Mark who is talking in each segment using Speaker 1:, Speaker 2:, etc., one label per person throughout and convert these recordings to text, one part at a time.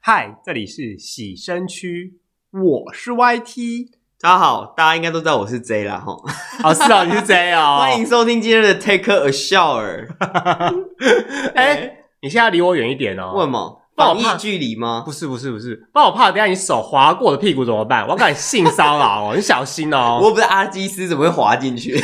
Speaker 1: 嗨，这里是洗身区，我是 YT。
Speaker 2: 大家好，大家应该都知道我是 J 啦吼，
Speaker 1: 哦，是哦，你是 J 哦。
Speaker 2: 欢迎。收听今天的 Take a Shower。
Speaker 1: 哎、你现在离我远一点
Speaker 2: 为什
Speaker 1: 哦。
Speaker 2: 么？
Speaker 1: 那我
Speaker 2: 防
Speaker 1: 怕
Speaker 2: 疫距离吗？
Speaker 1: 不是不是不是，不然我怕等一下你手划过我的屁股怎么办？我要跟你性骚扰哦， 你小心哦。
Speaker 2: 我又不是阿基斯，怎么会滑 进去？为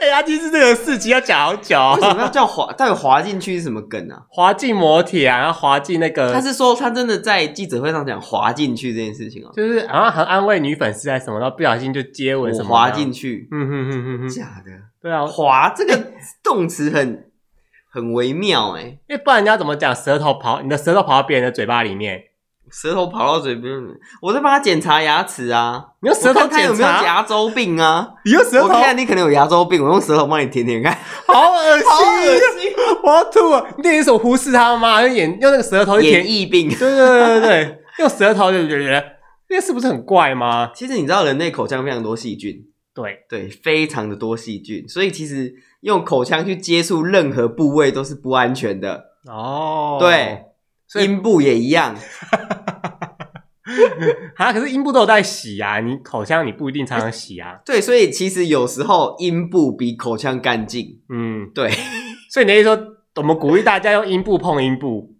Speaker 1: 哎呀，今天这个事情要讲好久哦，
Speaker 2: 什么要叫滑？到底滑进去是什么梗啊？
Speaker 1: 滑进摩铁啊，然后滑进那个，
Speaker 2: 他是说他真的在记者会上讲滑进去这件事情啊？
Speaker 1: 就是好像很安慰女粉丝还是什么，然后不小心就接吻什
Speaker 2: 我
Speaker 1: 么的
Speaker 2: 滑进。去，
Speaker 1: 嗯哼哼哼哼，
Speaker 2: 假的。
Speaker 1: 对啊，
Speaker 2: 滑这个动词很很微妙哎、
Speaker 1: 因为不然人家怎么讲舌头跑，你的舌头跑到别人的嘴巴里面，
Speaker 2: 舌头跑到嘴边，我在帮他检查牙齿啊，
Speaker 1: 你用舌头
Speaker 2: 我看他有
Speaker 1: 检
Speaker 2: 没有
Speaker 1: 查，
Speaker 2: 牙周病啊？
Speaker 1: 你用舌
Speaker 2: 我
Speaker 1: 头，
Speaker 2: 看你可能有牙周病，我用舌头帮你舔舔看。
Speaker 1: 好恶心，啊
Speaker 2: 心，
Speaker 1: 我要吐了！你那手忽视他吗？用眼用那个舌头去
Speaker 2: 演
Speaker 1: 舔，
Speaker 2: 疫病。
Speaker 1: 对对对对对，用舌头就觉得这是不是很怪吗？
Speaker 2: 其实你知道，人类口腔非常多细菌，
Speaker 1: 对，
Speaker 2: 对，非常的多细菌，所以其实用口腔去接触任何部位都是不安全的。
Speaker 1: 哦，
Speaker 2: 对，
Speaker 1: 所以
Speaker 2: 阴部也一样。
Speaker 1: 啊，可是阴部都有在洗啊，你口腔你不一定常常洗啊，
Speaker 2: 对，所以其实有时候阴部比口腔干净。
Speaker 1: 嗯，
Speaker 2: 对，
Speaker 1: 所以你的意思说，我们鼓励大家用阴部碰阴部，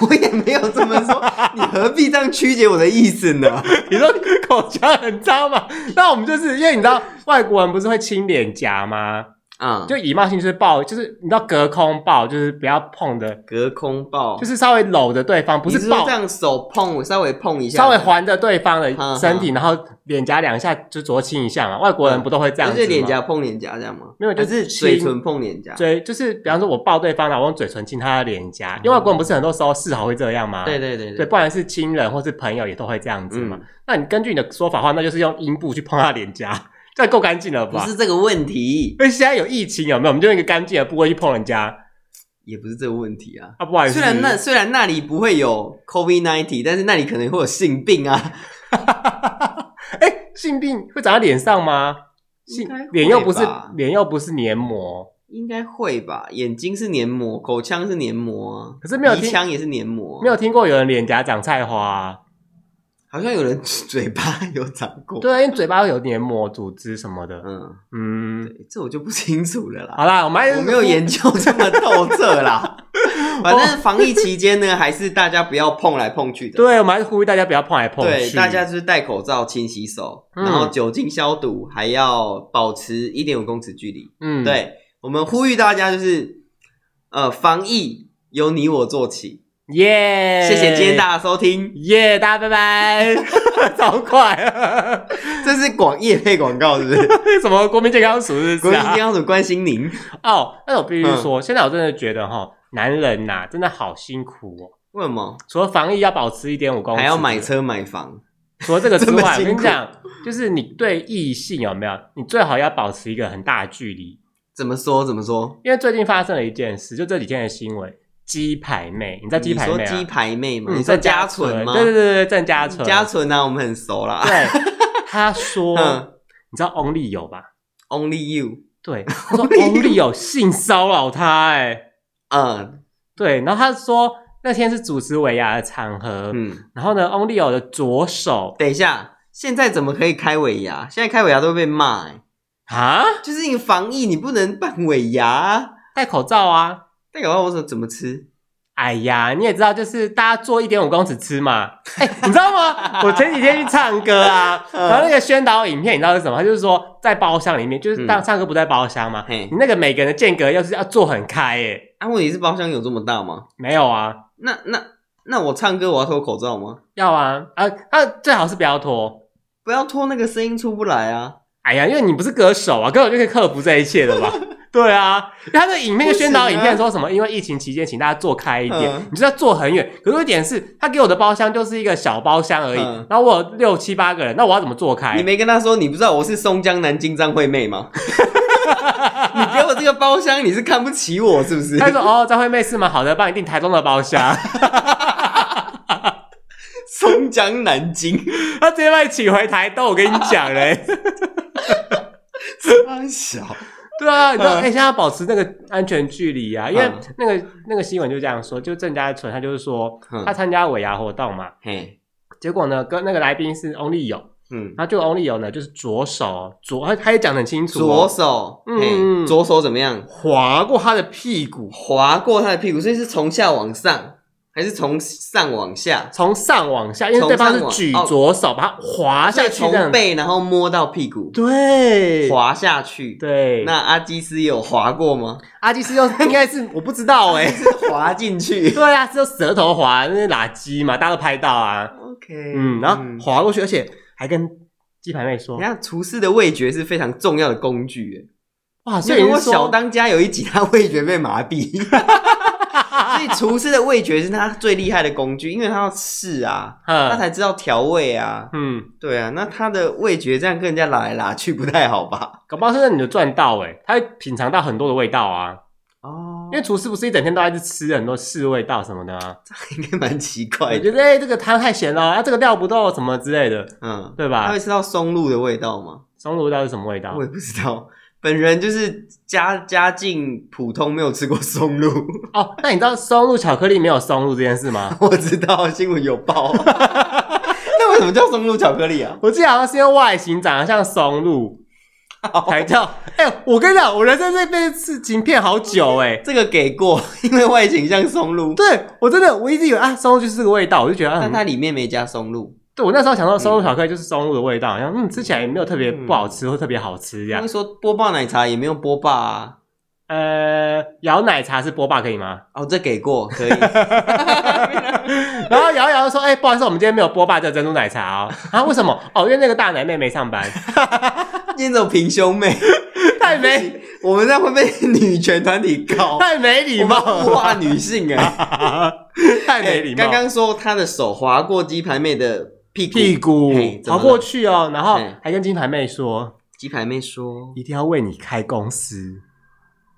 Speaker 2: 我也没有这么说，你何必这样曲解我的意 思呢？
Speaker 1: 你说口腔很脏嘛？那我们就是因为你知道外国人不是会亲脸颊吗？
Speaker 2: 啊、
Speaker 1: 就以貌性就是抱，就是你知道隔空抱，就是不要碰的，
Speaker 2: 隔空抱，
Speaker 1: 就是稍微搂着对方，不
Speaker 2: 你
Speaker 1: 是
Speaker 2: 说
Speaker 1: 抱
Speaker 2: 这。样手碰，稍微碰一下，
Speaker 1: 稍微环着对方的
Speaker 2: 嗯
Speaker 1: 身体，然后脸颊两下就左亲一下嘛。外国人不都会这样
Speaker 2: 就
Speaker 1: 子吗？
Speaker 2: 是脸颊碰脸颊这样吗？
Speaker 1: 没有就
Speaker 2: 还
Speaker 1: 是
Speaker 2: 是嘴
Speaker 1: 亲
Speaker 2: 唇碰脸颊。
Speaker 1: 嘴就是，比方说我抱对方，然后我用嘴唇亲他的脸颊。因为外国人不是很多时候示好会这样吗？
Speaker 2: 嗯对对对
Speaker 1: 对，不然是亲人或是朋友也都会这样子嘛。那你根据你的说法的话，那就是用阴部去碰他脸颊， 这样够干净了
Speaker 2: 不
Speaker 1: 吧？
Speaker 2: 是这个问题，
Speaker 1: 因为现在有疫情有没有？我们就用一个干净的部位去碰人家
Speaker 2: 也不是这个问题啊。
Speaker 1: 啊，不好意思。
Speaker 2: 虽然那虽然那里不会有 COVID nineteen，但是那里可能会有性病啊。
Speaker 1: 哎、性病会长在脸上吗？性
Speaker 2: 应该会
Speaker 1: 脸又不是
Speaker 2: 吧
Speaker 1: 脸又不是黏膜，
Speaker 2: 应该会吧？眼睛是黏膜，口腔是黏膜啊，
Speaker 1: 可是没有
Speaker 2: 鼻
Speaker 1: 听
Speaker 2: 腔也是黏膜啊、
Speaker 1: 没有听过有人脸颊长菜花、啊。
Speaker 2: 好像有人 嘴巴有长过。，
Speaker 1: 对，啊因为嘴巴会有黏膜组织什么的。
Speaker 2: 嗯，
Speaker 1: 嗯，
Speaker 2: 这我就不清楚了啦。
Speaker 1: 好啦，我们还是
Speaker 2: 我没有研究这么透彻啦。 反正防疫期间呢，还是大家不要碰来碰去的。
Speaker 1: 对，我们还是呼吁大家不要碰来碰去。
Speaker 2: 对，大家就是戴口罩、勤洗手，
Speaker 1: 嗯
Speaker 2: 然后酒精消毒，还要保持一点五公尺距离。
Speaker 1: 嗯，
Speaker 2: 对，我们呼吁大家就是，呃，防疫由你我做起。
Speaker 1: 耶
Speaker 2: 谢谢今天大家收听，
Speaker 1: 耶大家拜 拜，超快，
Speaker 2: 这是广业配广告，是不是？
Speaker 1: 什么国民健康署是不
Speaker 2: 国
Speaker 1: 是
Speaker 2: 民
Speaker 1: 啊
Speaker 2: 健？康嗯署关心您，
Speaker 1: 哦，但我必须说，现在我真的觉得哈，男人呐、真的好辛苦哦。
Speaker 2: 为什么
Speaker 1: 除了防疫要保持一点五公尺，
Speaker 2: 还要买。车买房？
Speaker 1: 除了这个之
Speaker 2: 这么
Speaker 1: 外，我
Speaker 2: 辛
Speaker 1: 跟
Speaker 2: 苦
Speaker 1: 你讲，就是你对异性有没有，你最好要保持一个很大的距离。
Speaker 2: 怎么说？怎么说？
Speaker 1: 因为最近发生了一件事，就这几天的新闻，鸡排妹，你知道鸡
Speaker 2: 你
Speaker 1: 排
Speaker 2: 说
Speaker 1: 妹啊？
Speaker 2: 鸡排妹吗？
Speaker 1: 嗯
Speaker 2: 你说
Speaker 1: 郑
Speaker 2: 嘉
Speaker 1: 嘉
Speaker 2: 纯吗？
Speaker 1: 对对对对，郑嘉纯。
Speaker 2: 嘉纯啊，我们很熟啦。
Speaker 1: 对，他说，
Speaker 2: 嗯
Speaker 1: 你知道 Only 有吧？
Speaker 2: ，Only You，
Speaker 1: 对，他说 Only 有性骚扰他、哎，
Speaker 2: 嗯
Speaker 1: 对，然后他说那天是主持维亚的场合，
Speaker 2: 嗯。
Speaker 1: 然后呢，Only 有的左手
Speaker 2: 等一下，现在怎么可以开尾牙？现在开尾牙都会被骂、欸，
Speaker 1: 啊，
Speaker 2: 就是你防疫，你不能办尾牙啊。
Speaker 1: 戴口罩啊。
Speaker 2: 代表我说怎么吃？
Speaker 1: 哎呀，你也知道，就是大家做一点五公尺吃嘛。哎、你知道吗？我前几天去唱歌啊，
Speaker 2: 嗯
Speaker 1: 然后那个宣导影片，你知道是什么？他就是说在包厢里面，就是当
Speaker 2: 嗯
Speaker 1: 唱歌不在包厢嘛，
Speaker 2: 嘿
Speaker 1: 你那个每个人的间隔要是要做很开、耶。
Speaker 2: 啊，问题是包厢有这么大吗？
Speaker 1: 没有啊，
Speaker 2: 那那那我唱歌我要脱口罩吗？
Speaker 1: 要啊啊啊，最好是不要脱。
Speaker 2: 不要脱，那个声音出不来啊。
Speaker 1: 哎呀，因为你不是歌手啊，歌手就可以克服这一切的吧？对啊，因为他的影片就宣导影片说什么，因为疫情期间，请大家坐开一点，
Speaker 2: 嗯
Speaker 1: 你就要坐很远。可是有一点是，他给我的包厢就是一个小包厢而已，
Speaker 2: 嗯
Speaker 1: 然后我有六七八个人，那我要怎么坐开？
Speaker 2: 你没跟他说，你不知道我是松江南京张惠妹吗？ 你给我这个包厢，你是看不起我是不是？
Speaker 1: 他说：“哦，张惠妹是吗？好的，帮你订台中的包厢。
Speaker 2: 松江南京，”
Speaker 1: 他直接把你请回台东，我跟你讲嘞。
Speaker 2: 啊小，
Speaker 1: 对啊，你知道，
Speaker 2: 嗯
Speaker 1: 哎、现在要保持那个安全距离啊，因为
Speaker 2: 嗯
Speaker 1: 那个那个新闻就这样说，就郑家纯他就是说
Speaker 2: 嗯
Speaker 1: 他参加尾牙活动嘛，
Speaker 2: 嘿，
Speaker 1: 结果呢跟那个来宾是 Only 有，
Speaker 2: 嗯，
Speaker 1: 然后就 Only 有呢就是左手左，他他也讲得很清楚、
Speaker 2: 左
Speaker 1: 哦，
Speaker 2: 手，
Speaker 1: 嗯
Speaker 2: 嘿，左手怎么样？
Speaker 1: 划过他的屁股，
Speaker 2: 划过他的屁股，所以是从下往上，还是从上往下？
Speaker 1: 从上往下，因为
Speaker 2: 从
Speaker 1: 对方
Speaker 2: 上
Speaker 1: 是
Speaker 2: 往
Speaker 1: 举
Speaker 2: 哦
Speaker 1: 左手、把它滑下
Speaker 2: 再
Speaker 1: 去这样
Speaker 2: 从
Speaker 1: 子，
Speaker 2: 背然后摸到屁股，
Speaker 1: 对，
Speaker 2: 滑下去。
Speaker 1: 对，
Speaker 2: 那阿基斯有滑 过吗？
Speaker 1: 阿基斯又应该是我不知道哎、
Speaker 2: 是滑进去。
Speaker 1: 对啊，是用舌头滑，那是垃圾嘛，大家都拍到啊，
Speaker 2: OK，
Speaker 1: 嗯，然后滑过去，而且还跟鸡排妹说
Speaker 2: 你，看厨师的味觉是非常重要的工具耶。
Speaker 1: 哇，所
Speaker 2: 所
Speaker 1: 以
Speaker 2: 以
Speaker 1: 你
Speaker 2: 如果
Speaker 1: 是说
Speaker 2: 小当家有一集他味觉被麻痹， 所以厨师的味觉是他最厉害的工具，因为他要试啊，他
Speaker 1: 嗯
Speaker 2: 才知道调味啊。
Speaker 1: 嗯，
Speaker 2: 对啊，那他的味觉这样跟人家拉来拉去不太好吧？
Speaker 1: 搞不好现在你就赚到哎、他会品尝到很多的味道啊，
Speaker 2: 哦
Speaker 1: 因为厨师不是一整天都在去吃很多试味道什么的、啊，
Speaker 2: 应该蛮奇
Speaker 1: 我
Speaker 2: 怪的。
Speaker 1: 觉得哎、这个汤太咸了，啊这个料不够什么之类的，
Speaker 2: 嗯，
Speaker 1: 对
Speaker 2: 他
Speaker 1: 吧
Speaker 2: 会？吃到松露的味道吗？
Speaker 1: 松露味道是什么味道
Speaker 2: 我？也不知道。本人就是家家境普通，没有吃过松露。
Speaker 1: 哦，那你知道松露巧克力没有松露这件事 吗？
Speaker 2: 我知道新闻有报。 那为什么叫松露巧克力啊？
Speaker 1: 我记得好像是因为外形长得像松露才叫。哎、我跟你讲，我人生这被事情骗好久哎、
Speaker 2: 这个给过，因为外形像松露，
Speaker 1: 对我真的我一直以为啊，松露就是这个味道，我就觉得啊
Speaker 2: 但它
Speaker 1: 嗯，
Speaker 2: 里面没加松露。
Speaker 1: 对我那时候想到松露巧克力就是松露的味道，好像嗯吃起来也没有特别
Speaker 2: 嗯
Speaker 1: 不好吃或特别好吃这
Speaker 2: 他
Speaker 1: 样
Speaker 2: 们。说波霸奶茶也没有波霸啊。
Speaker 1: 呃，摇奶茶是波霸可以吗？
Speaker 2: 哦，这给过，可以。
Speaker 1: 然后摇一摇就说：“哎、不好意思，我们今天没有波霸这个珍珠奶茶哦。”啊，为什么？哦，因为那个大奶妹没上 班，
Speaker 2: 今天种平胸妹，
Speaker 1: 太没
Speaker 2: 我们这样会被女权团体告，
Speaker 1: 太没礼
Speaker 2: 我
Speaker 1: 貌
Speaker 2: 们物
Speaker 1: 了，
Speaker 2: 化女性哎、
Speaker 1: 太没礼貌。
Speaker 2: 刚刚说他的手划过鸡排妹的屁股，
Speaker 1: 屁股
Speaker 2: 嘿怎
Speaker 1: 跑
Speaker 2: 么了
Speaker 1: 过去哦，然后
Speaker 2: 嘿
Speaker 1: 还跟金牌妹说
Speaker 2: 鸡排妹说
Speaker 1: 一定要为你开公司。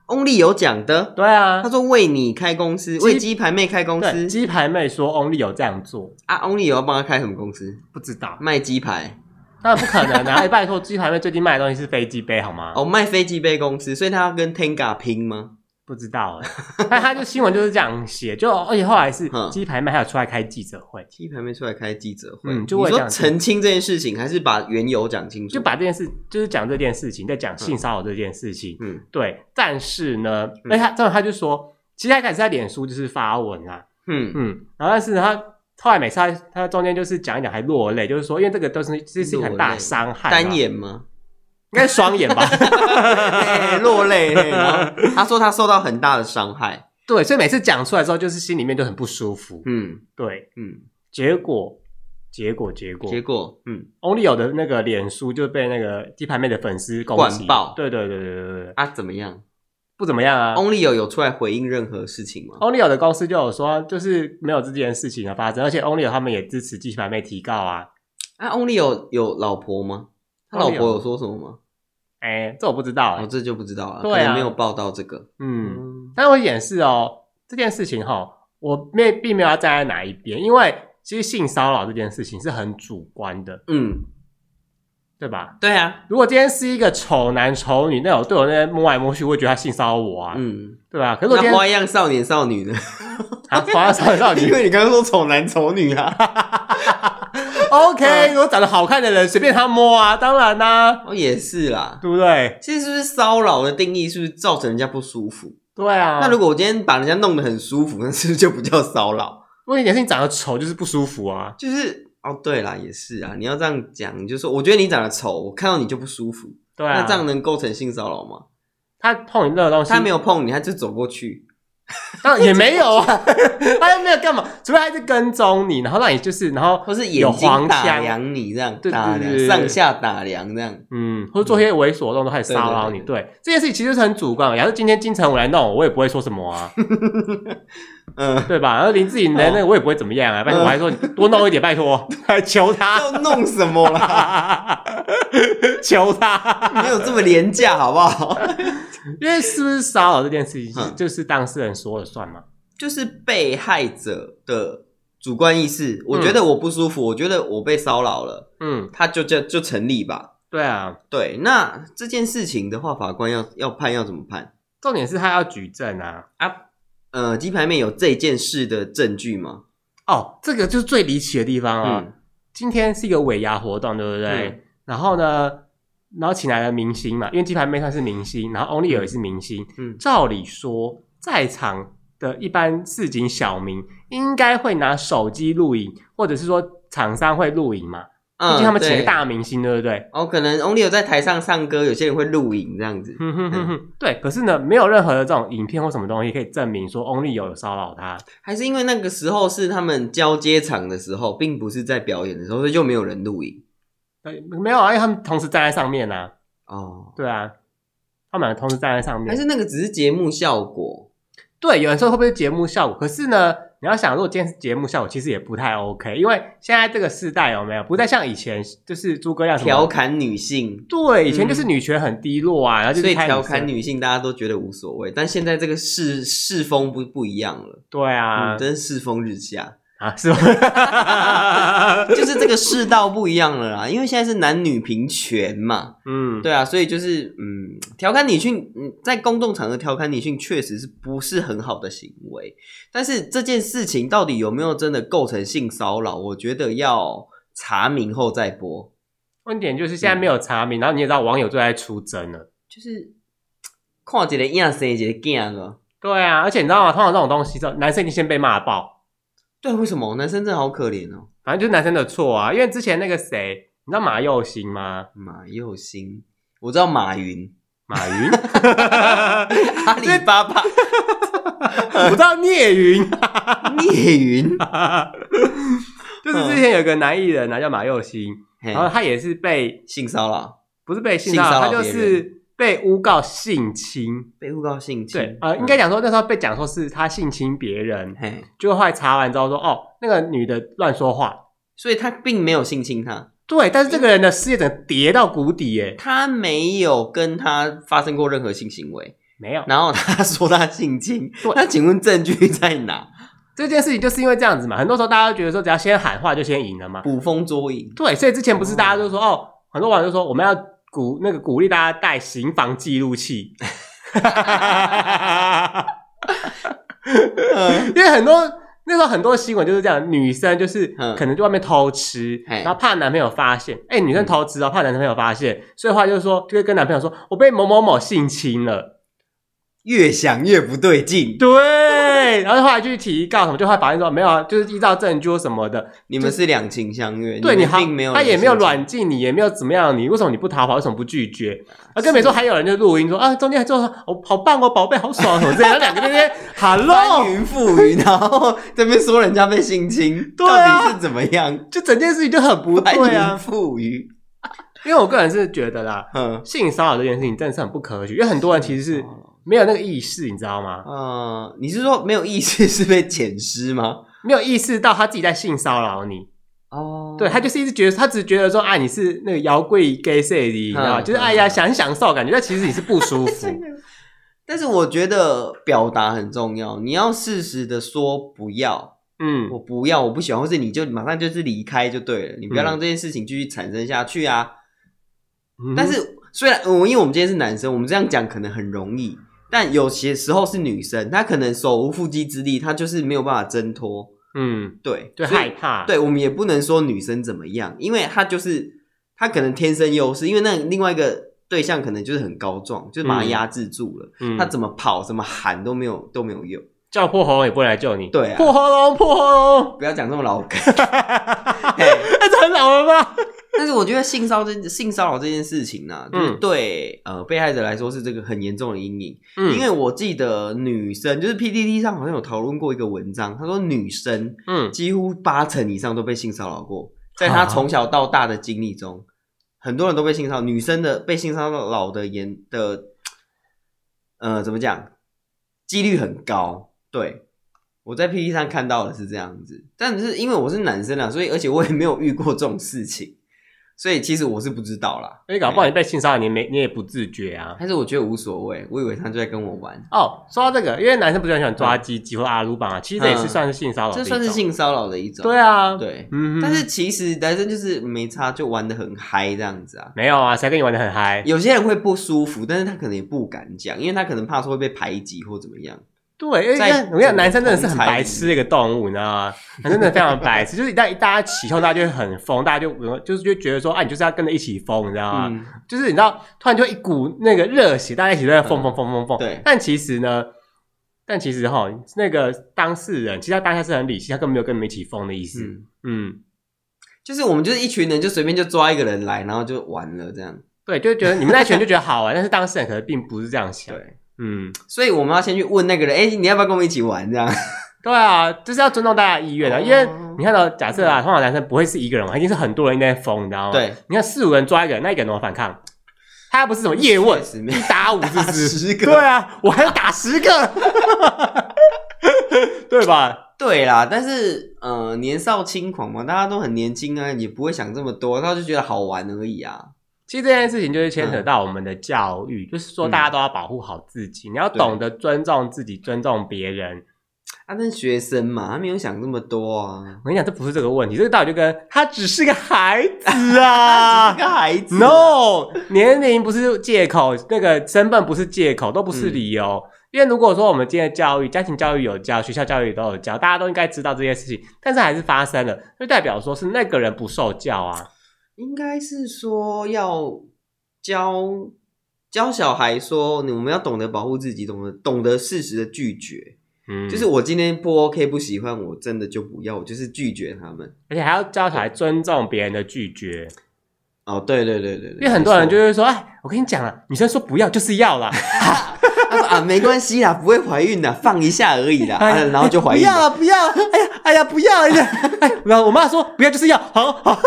Speaker 2: ，Only 有讲的，
Speaker 1: 对啊
Speaker 2: 他，说为你开公司，为鸡排妹开公
Speaker 1: 对，
Speaker 2: 司
Speaker 1: 鸡排妹说 Only 有这样做，
Speaker 2: 啊，Only 有要帮他开什么公司？
Speaker 1: 不知道，
Speaker 2: 卖鸡排
Speaker 1: 当然不可能啊！哎，拜托，鸡排妹最近卖的东西是飞机杯好吗？
Speaker 2: 哦，卖飞机杯公司，所以他要跟 Tenga 拼吗？
Speaker 1: 不知道哎，但他就新闻就是这样写，就而且后来是
Speaker 2: 哼
Speaker 1: 鸡排妹还有出来开记者会，
Speaker 2: 鸡排妹出来开记者会，
Speaker 1: 嗯就
Speaker 2: 你
Speaker 1: 为了
Speaker 2: 说
Speaker 1: 讲
Speaker 2: 澄清这件事情，还是把缘由讲清楚？
Speaker 1: 就把这件事就是讲这件事情，在讲性骚扰这件事情。
Speaker 2: 嗯
Speaker 1: 对，但是呢，那他，当然他就说，其实他开始在脸书就是发文啊，
Speaker 2: 嗯，
Speaker 1: 嗯，然后但是他后来每次他他中间就是讲一讲还落泪，就是说因为这个都是这是一个很大的伤害嘛，
Speaker 2: 单眼吗？
Speaker 1: 应该是双眼吧？
Speaker 2: 嘿落 泪。嘿然后他说他受到很大的伤害。
Speaker 1: 对，所以每次讲出来之后，就是心里面就很不舒服。
Speaker 2: 嗯
Speaker 1: 对，
Speaker 2: 嗯，
Speaker 1: 结果结果结果
Speaker 2: 结果嗯
Speaker 1: ，Only 有的那个脸书就被那个鸡排妹的粉丝攻击
Speaker 2: 灌爆
Speaker 1: 对对对对对对对，
Speaker 2: 啊怎么样
Speaker 1: 不怎么样啊。
Speaker 2: ？Only 有有出来回应任何事情吗？
Speaker 1: Only 有的公司就有说，就是没有这件事情的发生，而且 Only 有他们也支持鸡排妹提告啊。
Speaker 2: 啊，Only 有有老婆吗？他老
Speaker 1: Only
Speaker 2: 婆
Speaker 1: 有
Speaker 2: 有说什么吗？
Speaker 1: 哎，这我不知道哎、
Speaker 2: 哦，这就不知道了，
Speaker 1: 对啊
Speaker 2: 可能没有报道这个。
Speaker 1: 嗯。
Speaker 2: 嗯
Speaker 1: 但我演示哦，这件事情哈、我没并没有要站在哪一边，因为其实性骚扰这件事情是很主观的，
Speaker 2: 嗯，
Speaker 1: 对吧？
Speaker 2: 对啊，
Speaker 1: 如果今天是一个丑男丑女，那我对我那边摸来摸去，我会觉得他性骚扰我啊，
Speaker 2: 嗯，
Speaker 1: 对吧？可是我今
Speaker 2: 那
Speaker 1: 天
Speaker 2: 花样少年少女呢？
Speaker 1: 啊，花样少女少
Speaker 2: 因
Speaker 1: 女
Speaker 2: 为你刚刚说丑男丑女啊，
Speaker 1: ，OK，如果
Speaker 2: 嗯
Speaker 1: 长得好看的人随便他摸啊，当然啦、
Speaker 2: 哦也是啦。
Speaker 1: 对不对？
Speaker 2: 其实是不是骚扰的定义是不是造成人家不舒服？
Speaker 1: 对啊，
Speaker 2: 那如果我今天把人家弄得很舒服，那是不是就不叫骚扰？
Speaker 1: 问题是你长得丑就是不舒服啊，
Speaker 2: 就是哦，对啦，也是啊。你要这样讲，你就说我觉得你长得丑，我看到你就不舒服，
Speaker 1: 对啊，
Speaker 2: 那这样能构成性骚扰吗？
Speaker 1: 他碰你这个东西，
Speaker 2: 他没有碰你，他就走过去，
Speaker 1: 当然也没有啊， 他又没有干嘛，除非他是跟踪你，然后让你就是，然后
Speaker 2: 或是
Speaker 1: 有
Speaker 2: 眼
Speaker 1: 黄
Speaker 2: 睛打
Speaker 1: 腔
Speaker 2: 量你这样，
Speaker 1: 对对
Speaker 2: 打
Speaker 1: 对对对
Speaker 2: 量上下打量这样。
Speaker 1: 嗯，或者做一些猥琐的动作开始骚扰你，对这件事情其实是很主观的。假如今天金城武来弄我，我也不会说什么 啊，
Speaker 2: 嗯，
Speaker 1: 对吧？然后林志颖来那个我也不会怎么样啊，拜托，我还说你多弄一点，拜托，还求他，
Speaker 2: 要弄什么啦？
Speaker 1: 求他，
Speaker 2: 没有这么廉价，好不好？
Speaker 1: 因为是不是骚扰这件事情是
Speaker 2: 嗯
Speaker 1: 就是当事人说了算嘛？
Speaker 2: 就是被害者的主观意识，我觉得我不舒服，我觉得我被骚扰了，
Speaker 1: 嗯，
Speaker 2: 他就就就成立吧。
Speaker 1: 对啊，
Speaker 2: 对，那这件事情的话，法官要要判要怎么判
Speaker 1: 重点是他要举证啊。
Speaker 2: 啊？呃，鸡排妹有这件事的证据吗？
Speaker 1: 哦，这个就是最离奇的地方啊、
Speaker 2: 嗯，
Speaker 1: 今天是一个尾牙活动，对不对？
Speaker 2: 嗯
Speaker 1: 然后呢，然后请来了明星嘛，因为鸡排妹算是明星，然后 Only 也是明星。
Speaker 2: 嗯
Speaker 1: 照理说，在场的一般市井小民应该会拿手机录影，或者是说厂商会录影嘛，毕
Speaker 2: 嗯
Speaker 1: 竟他们请了
Speaker 2: 对
Speaker 1: 大明星，对不对？
Speaker 2: 哦，可能 Only 有在台上唱歌，有些人会录影这样子。
Speaker 1: 哼哼哼
Speaker 2: 嗯
Speaker 1: 哼，对。可是呢，没有任何的这种影片或什么东西可以证明说 Only 有骚扰他。
Speaker 2: 还是因为那个时候是他们交接场的时候，并不是在表演的时候，所以就没有人录影。
Speaker 1: 对，没有啊，因为他们同时站在上面呐、啊。
Speaker 2: 哦，
Speaker 1: 对啊，他们两个同时站在上面
Speaker 2: 还。是那个只是节目效果。
Speaker 1: 对，有人说会不会是节目效果？可是呢，你要想，如果今天是节目效果，其实也不太 OK，因为现在这个时代有没有不再像以前，就是诸葛亮什么
Speaker 2: 调侃女性，
Speaker 1: 对，以前就是女权很低落啊，然后就
Speaker 2: 所
Speaker 1: 是
Speaker 2: 以
Speaker 1: 开
Speaker 2: 调侃
Speaker 1: 女
Speaker 2: 女性大家都觉得无所谓，但现在这个世世风不不一样了，
Speaker 1: 生，对啊
Speaker 2: 嗯，，真是世风日下，
Speaker 1: 啊是吧？
Speaker 2: 就是这个世道不一样了啦，因为现在是男女平权嘛，
Speaker 1: 嗯，
Speaker 2: 对啊，所以就是嗯，调侃女性，嗯，在公众场合调侃女性确实是不是很好的行为，但是这件事情到底有没有真的构成性骚扰，我觉得要查明后再播，
Speaker 1: 问点就是现在
Speaker 2: 嗯
Speaker 1: 没有查明，然后你也知道网友最爱出征了。
Speaker 2: 就是看一个样生一个囝了。
Speaker 1: 对啊，而且你知道吗？通常这种东西，这种男生已经先被骂爆，
Speaker 2: 对，为什么男生真的好可怜哦？
Speaker 1: 反正就是男生的错啊。因为之前那个谁，你知道马佑兴吗？
Speaker 2: 马佑兴，我知道马云，
Speaker 1: 马 云，
Speaker 2: 阿里巴巴，
Speaker 1: 我知道聂云，
Speaker 2: 聂云，嗯
Speaker 1: 就是之前有个男艺人啊，叫马佑兴，
Speaker 2: 嘿
Speaker 1: 然后他也是被
Speaker 2: 性骚扰，
Speaker 1: 不是被性
Speaker 2: 哎性
Speaker 1: 骚
Speaker 2: 骚
Speaker 1: 扰，
Speaker 2: 扰
Speaker 1: 他就
Speaker 2: 别
Speaker 1: 是被诬告性侵。
Speaker 2: 被诬告性侵，
Speaker 1: 对，呃，应该讲说那时候被讲说是他性侵别
Speaker 2: 嗯
Speaker 1: 人，
Speaker 2: 嘿，
Speaker 1: 就后来查完之后说，哦，那个女的乱说话。
Speaker 2: 所以他并没有性侵他，
Speaker 1: 对，但是这个人的事业整个跌到谷底耶，
Speaker 2: 他没有跟他发生过任何性行为，
Speaker 1: 没有
Speaker 2: 然后他说他性侵
Speaker 1: 对，
Speaker 2: 那请问证据在哪？
Speaker 1: 这件事情就是因为这样子嘛，很多时候大家都觉得说只要先喊话就先赢了嘛。
Speaker 2: 捕风捉影，
Speaker 1: 对，所以之前不是大家都说哦，很多网友就说我们要鼓那个鼓励大家带刑房记录器，
Speaker 2: 嗯
Speaker 1: 因为很多那时候很多新闻就是这样，女生就是
Speaker 2: 嗯
Speaker 1: 可能就外面偷吃，
Speaker 2: 嘿
Speaker 1: 然后怕男朋友发现，哎、女生偷吃哦，怕男朋友发现，所以话就是说就会跟男朋友说我被某某某性侵了，
Speaker 2: 越想越不对劲，
Speaker 1: 对， 然后后来就去提告什么，就后来法院说没有啊，就是依照证据或什么的，
Speaker 2: 你们是两情相悦，
Speaker 1: 对
Speaker 2: 你
Speaker 1: 你
Speaker 2: 们
Speaker 1: 好
Speaker 2: 并没有，
Speaker 1: 他也没有
Speaker 2: 软。
Speaker 1: 软禁你，也没有怎么样你，为什么你不逃跑？为什么不拒绝？啊，更别说还有人就录音说啊，中间还做哦，好棒哦，宝贝，好爽什么之类的，两个在那 边
Speaker 2: 翻
Speaker 1: hello，
Speaker 2: 云覆雨， 然后这边说人家被性侵，
Speaker 1: 对啊
Speaker 2: 到底是怎么样？
Speaker 1: 就整件事情就很不
Speaker 2: 翻云
Speaker 1: 对啊。
Speaker 2: 覆雨，
Speaker 1: 因为我个人是觉得啦，
Speaker 2: 嗯
Speaker 1: 性骚扰这件事情真的是很不可取，因为很多人其实是
Speaker 2: 哦
Speaker 1: 没有那个意识，你知道吗？
Speaker 2: 呃，你是说没有意识 是被捡尸吗？
Speaker 1: 没有意识到他自己在性骚扰你，
Speaker 2: 哦，
Speaker 1: 对他就是一直觉得他只觉得说啊，你是那个摇柜 gay 色的，你知道吗？
Speaker 2: 嗯
Speaker 1: 就是
Speaker 2: 嗯
Speaker 1: 哎呀，想享受感觉，但其实你是不 舒服
Speaker 2: 真。的。但是我觉得表达很重要，你要适时的说不要，
Speaker 1: 嗯，
Speaker 2: 我不要，我不喜欢，或是你就马上就是离开就对了，你不要
Speaker 1: 嗯
Speaker 2: 让这件事情继续产生下去啊。
Speaker 1: 嗯哼
Speaker 2: 但是虽然嗯我、因为我们今天是男生，我们这样讲可能很容易，但有些时候是女生，她可能手无缚鸡之力，她就是没有办法挣脱。
Speaker 1: 嗯，
Speaker 2: 对，
Speaker 1: 对，
Speaker 2: 所以
Speaker 1: 害怕，
Speaker 2: 对我们也不能说女生怎么样，因为她就是她可能天生优势，因为那另外一个对象可能就是很高壮，就是把她
Speaker 1: 嗯
Speaker 2: 压制住了，
Speaker 1: 嗯，
Speaker 2: 她怎么跑怎么喊都没有都没有用。
Speaker 1: 叫破喉咙也不会来救你。
Speaker 2: 对啊
Speaker 1: 破喉咙，破喉咙，
Speaker 2: 不要讲这么老梗，嘿
Speaker 1: 那这很老了吧？
Speaker 2: 但是我觉得性骚这性骚扰这件事情呢、就是
Speaker 1: 嗯
Speaker 2: 对、呃被害者来说是这个很严重的阴影。
Speaker 1: 嗯，
Speaker 2: 因为我记得女生就是 PDD 上好像有讨论过一个文章，他说女生
Speaker 1: 嗯，
Speaker 2: 几乎八成以上都被性骚扰过，在她从小到大的经历中，很多人都被性骚扰，女生的被性骚扰的严的，呃，怎么讲，几率很高。对，我在 PPT 上看到的是这样子，但是因为我是男生啊，所以而且我也没有遇过这种事情。所以其实我是不知道啦。
Speaker 1: 因为搞不好你被性骚扰，你没你也不自觉啊。
Speaker 2: 但是我觉得无所谓，我以为他就在跟我玩，
Speaker 1: 哦，说到这个，因为男生不是很喜欢抓鸡鸡或阿鲁棒啊，其实这也是算是性骚扰的
Speaker 2: 嗯这
Speaker 1: 一种，
Speaker 2: 算是性骚扰的一种。
Speaker 1: 对啊，，
Speaker 2: 对，
Speaker 1: 嗯哼，
Speaker 2: 但是其实男生就是没差，就玩的很嗨这样子啊。
Speaker 1: 没有啊，谁跟你玩的很嗨？
Speaker 2: 有些人会不舒服，但是他可能也不敢讲，因为他可能怕说会被排挤或怎么样。
Speaker 1: 对，因为
Speaker 2: 在
Speaker 1: 看我跟你讲，男生真的是很白痴的一个动物，你知道吗？男生真的非常白痴，就是一 旦一大家起哄，大家就会很疯，大家就就是就觉得说，啊，你就是要跟着一起疯，你知道吗？
Speaker 2: 嗯，
Speaker 1: 就是你知道，突然就一股那个热血，大家一起都在疯疯疯疯疯。
Speaker 2: 嗯对
Speaker 1: 但其实呢，但其实哈，那个当事人其实他当下是很理性，他根本没有跟你们一起疯的意思。
Speaker 2: 嗯
Speaker 1: 嗯，
Speaker 2: 就是我们就是一群人，就随便就抓一个人来，然后就玩了这样。
Speaker 1: 对，就觉得你们那群人就觉得好啊玩，但是当事人可能并不是这样想。
Speaker 2: 对，
Speaker 1: 嗯，
Speaker 2: 所以我们要先去问那个人，哎、你要不要跟我们一起玩？这样，
Speaker 1: 对啊，就是要尊重大家的意愿啊，
Speaker 2: 哦嗯
Speaker 1: 因为你看到假设啊，通常男生不会是一个人玩，一定是很多人在疯，你知道吗？，
Speaker 2: 对，
Speaker 1: 你看四五个人抓一个人，那一个人怎么反抗？他又不是什么叶问
Speaker 2: 确，实没
Speaker 1: 一打五是
Speaker 2: 打
Speaker 1: 不是？
Speaker 2: 十
Speaker 1: 对
Speaker 2: 个，
Speaker 1: 啊，我还要打十个， 对吧？
Speaker 2: 对啦。但是，呃，年少轻狂嘛，大家都很年轻啊，也不会想这么多，他就觉得好玩而已啊。
Speaker 1: 其实这件事情就是牵扯到我们的教育，就是说大家都要保护好自己，你要懂得尊重自己，尊重别人。
Speaker 2: 啊，那是学生嘛，他没有想这么多啊。
Speaker 1: 我跟你讲，这不是这个问题，这个道理就跟他只是个孩子啊，
Speaker 2: 他 只是个孩 子
Speaker 1: No，年龄不是借口，那个身份不是借口，都不是理由。
Speaker 2: 嗯
Speaker 1: 因为如果说我们今天的教育、家庭教育有教，学校教育都有教，大家都应该知道这些事情，但是还是发生了，就代表说是那个人不受教啊。
Speaker 2: 应该是说要教教小孩说，你我们要懂得保护自己，懂得懂得适时的拒绝。
Speaker 1: 嗯，
Speaker 2: 就是，我今天不 OK，不喜欢，我真的就不要，我就是拒绝他们。
Speaker 1: 而且还要教小孩尊重别人的拒绝，
Speaker 2: 哦，对对对对对，
Speaker 1: 因为很多人就
Speaker 2: 没
Speaker 1: 会说，哎，我跟你讲了，女生说不要就是要 啦，
Speaker 2: 错他说啊，没关系啦，不会怀孕的，放一下 而已啦，啊、然后就怀
Speaker 1: 不
Speaker 2: 孕
Speaker 1: 要
Speaker 2: 了。
Speaker 1: 啊，不要啊，哎呀，哎呀，不要，哎呀， 哎，然后我妈说不要就是要，好好，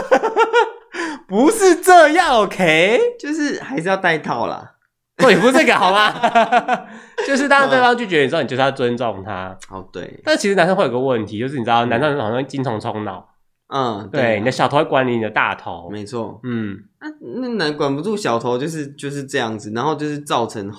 Speaker 1: 不是这样，OK。
Speaker 2: 就是还是要戴套啦。
Speaker 1: 对，哦不是这个好吗？ 就是当对方拒绝你之后，你就是要尊重他。
Speaker 2: 哦，对，
Speaker 1: 但其实男生会有个问题，就是你知道，男生好像精虫充脑，
Speaker 2: 嗯，
Speaker 1: 对，
Speaker 2: 啊
Speaker 1: 你的小头会管理你的大头。
Speaker 2: 没错。
Speaker 1: 嗯，
Speaker 2: 啊，那男管不住小头，就是就是这样子，然后就是造成